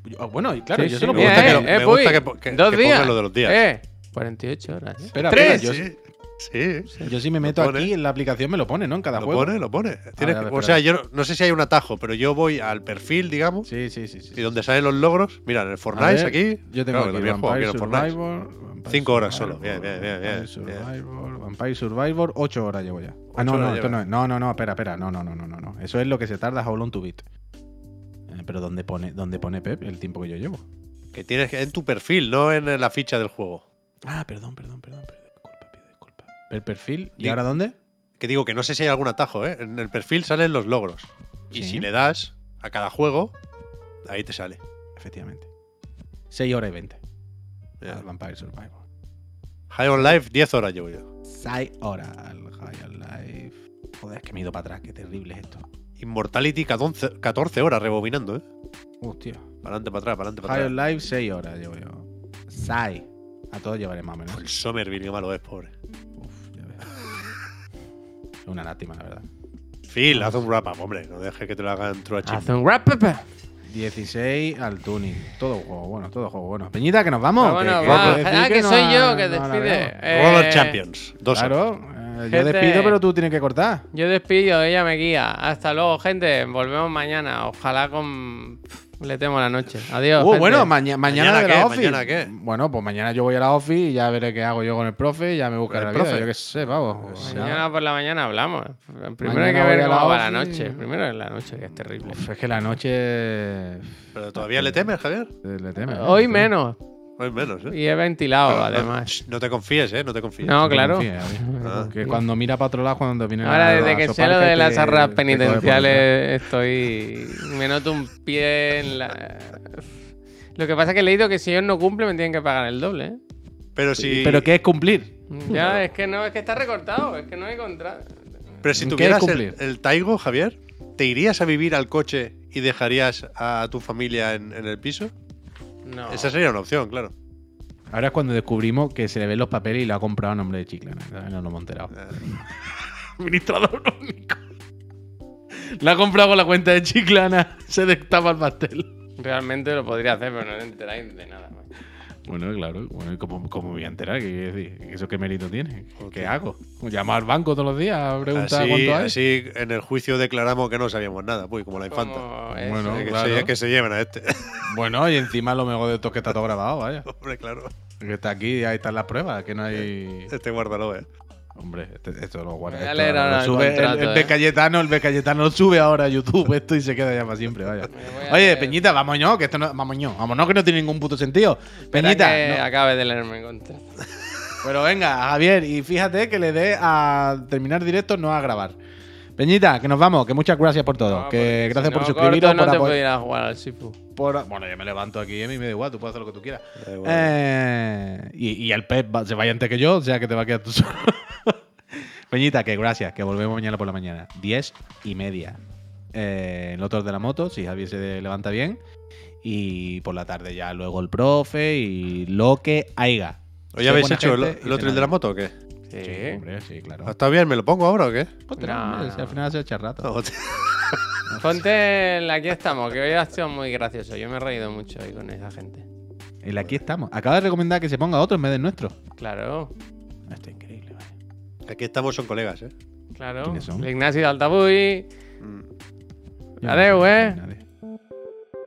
bien. Ah, Bueno, y claro, Sí, yo sí. se lo Me Mira, pregunto gusta eh, a que Carlos. lo- eh, me gusta Puy, que po- que- Dos que ponga días. lo de los días. Eh, 48 horas. ¿eh? Espera, ¡Tres! espera, yo, Sí, sí. yo si me meto pone. aquí en la aplicación me lo pone, ¿no? En cada Lo juego. pone, lo pone. Tienes a ver, que- o sea, yo no, no sé si hay un atajo, pero yo voy al perfil, digamos, Sí, sí, sí. sí, y sí. donde salen los logros. Mira, en el A Fortnite ver, aquí. Yo tengo claro, aquí también he jugado aquí en el Vampire Fortnite. Survivor, Vampire Cinco horas Survivor, solo. Bien, bien, bien, bien, Vampire bien. Survivor, Vampire Survivor, ocho horas llevo ya. Ah, no, Ocho horas no, esto llevas. no, es- no, no, no, espera, espera, no, no, no, no, no, no. Eso es lo que se tarda How Long to Beat. Eh, Pero donde pone, donde pone Pep el tiempo que yo llevo. Que tienes que- en tu perfil, no en la ficha del juego. Ah, perdón, perdón, perdón, perdón, disculpa, pido disculpa. El perfil, ¿y Di- ahora dónde? Que digo que no sé si hay algún atajo, ¿eh? En el perfil salen los logros. Sí. Y si le das a cada juego, ahí te sale. Efectivamente. 6 horas y 20. Mira. al Vampire Survivor. High on Life, 10 horas llevo yo. 6 horas al High Life. Joder, es que me he ido para atrás, qué terrible es esto. Immortality, 14, 14 horas rebobinando, ¿eh? Hostia. Para adelante, para atrás, para adelante, para High atrás. on Life, 6 horas llevo yo. 6. A todos llevaré más o menos. El Somerville, qué malo es, pobre. Uf, ya ves. Es una lástima, la verdad. Phil, haz un wrap-up, hombre. No dejes que te lo hagan true Haz un wrap up. 16 al tuning. Todo juego bueno, todo juego bueno. Peñita, que nos vamos. Vámonos, que- que- va. puedo decir Ah, que no soy ha- yo que no ha despide. alargado. Eh, Roller Champions, dos horas. Claro. eh, yo Gente. despido, pero tú tienes que cortar. Yo despido, ella me guía. Hasta luego, gente. Volvemos mañana. Ojalá con. Pff, Le temo la noche. Adiós. Uh, gente. bueno, maña- mañana, ¿Mañana de qué? la office. ¿Mañana qué? Bueno, pues mañana yo voy a la office y ya veré qué hago yo con el profe. Ya me buscaré ¿Con la el vida. profe? Yo qué sé, vamos. O sea, Pues Mañana por la mañana hablamos. Primero Mañana hay que voy ver a la cómo va la ofi. noche. Primero es la noche, que es terrible. uf, es que la noche. eh, Pero todavía le temes, Javier. Le teme. ¿eh? Hoy Le teme. menos. Hoy menos, ¿eh? Y he ventilado, Ah, además. shh, No te confíes, ¿eh? No te confíes. No, claro. Sí, a ver. Ah. que eh, cuando mira para otro lado, cuando viene Ahora, la- desde la que sé soparca lo te- de las arras te coge por detrás. penitenciales, estoy. Me noto un pie en la. Lo que pasa es que he leído que si ellos no cumplen, me tienen que pagar el doble. ¿eh? Pero si, Pero ¿qué es cumplir? Ya, es que no, es que está recortado, es que no hay contrato. pero si ¿en qué tuvieras el, cumplir? el taigo, Javier, ¿te irías a vivir al coche y dejarías a tu familia en, en el piso? No. Esa sería una opción, claro. Ahora es cuando descubrimos que se le ven los papeles y lo ha comprado a nombre de Chiclana. ¿sabes? No lo hemos enterado. Eh, Administrador único. La ha comprado con la cuenta de Chiclana. Se destapa el pastel. Realmente lo podría hacer, pero no os enteráis de nada. macho. Bueno, claro. Bueno, ¿y ¿cómo, cómo me voy a enterar? ¿Qué quiero decir? ¿Eso qué mérito tiene? ¿Qué Hostia. hago? ¿Llamar al banco todos los días a preguntar Así, cuánto hay? así en el juicio declaramos que no sabíamos nada, pues, como la infanta. Como eso. Bueno. Que, claro. se, que se lleven a este. Bueno, y encima lo mejor de esto es que está todo grabado, vaya. Hombre, claro. Que está aquí, ahí están las pruebas, que no hay... Este guárdalo, ¿eh? Hombre, este- esto lo guarda. Voy a esto leer lo ahora el sube. contrato, el, eh. B Cayetano, el B Cayetano sube ahora a YouTube esto y se queda ya para siempre, vaya. Me voy a Oye, leer. Peñita, vámonos, que esto no, vámonos, vámonos, que no tiene ningún puto sentido. Espera Peñita, que no- acabe de leerme el contrato. pero venga, Javier, y fíjate que le dé a terminar directo, no a grabar. Peñita, que nos vamos, que muchas gracias por todo. No, que porque gracias si por no suscribiros, corto, no por te apoy- puedo ir a jugar al Sifu. por- Bueno, yo me levanto aquí, Emi, me da igual, tú puedes hacer lo que tú quieras. Da igual. Eh, y, y el Pep va- se vaya antes que yo, o sea que te va a quedar tú solo. Peñita, que gracias, que volvemos mañana por la mañana. Diez y media. Eh, en Lotos de la Moto, si Javier se levanta bien. Y por la tarde ya luego el profe y lo que haiga. ¿Hoy Si habéis hay hecho buena el, gente, el y otro si el de la no- moto Ah, o qué? Sí. Sí, hombre, sí, claro. ¿Está bien? ¿Me lo pongo ahora o qué? Pues te lo No, metes, no. si al final se echa rato. Ponte el aquí estamos, que hoy ha sido muy gracioso. Yo me he reído mucho hoy con esa gente. Y aquí estamos. Acaba de recomendar que se ponga otro en vez del nuestro. Claro, Esto es increíble, vaya. Aquí estamos, son colegas, ¿eh? claro. ¿Quiénes son? Ignacio de Altabuy. Mm. Yo no Adeu, sé, eh. nadie.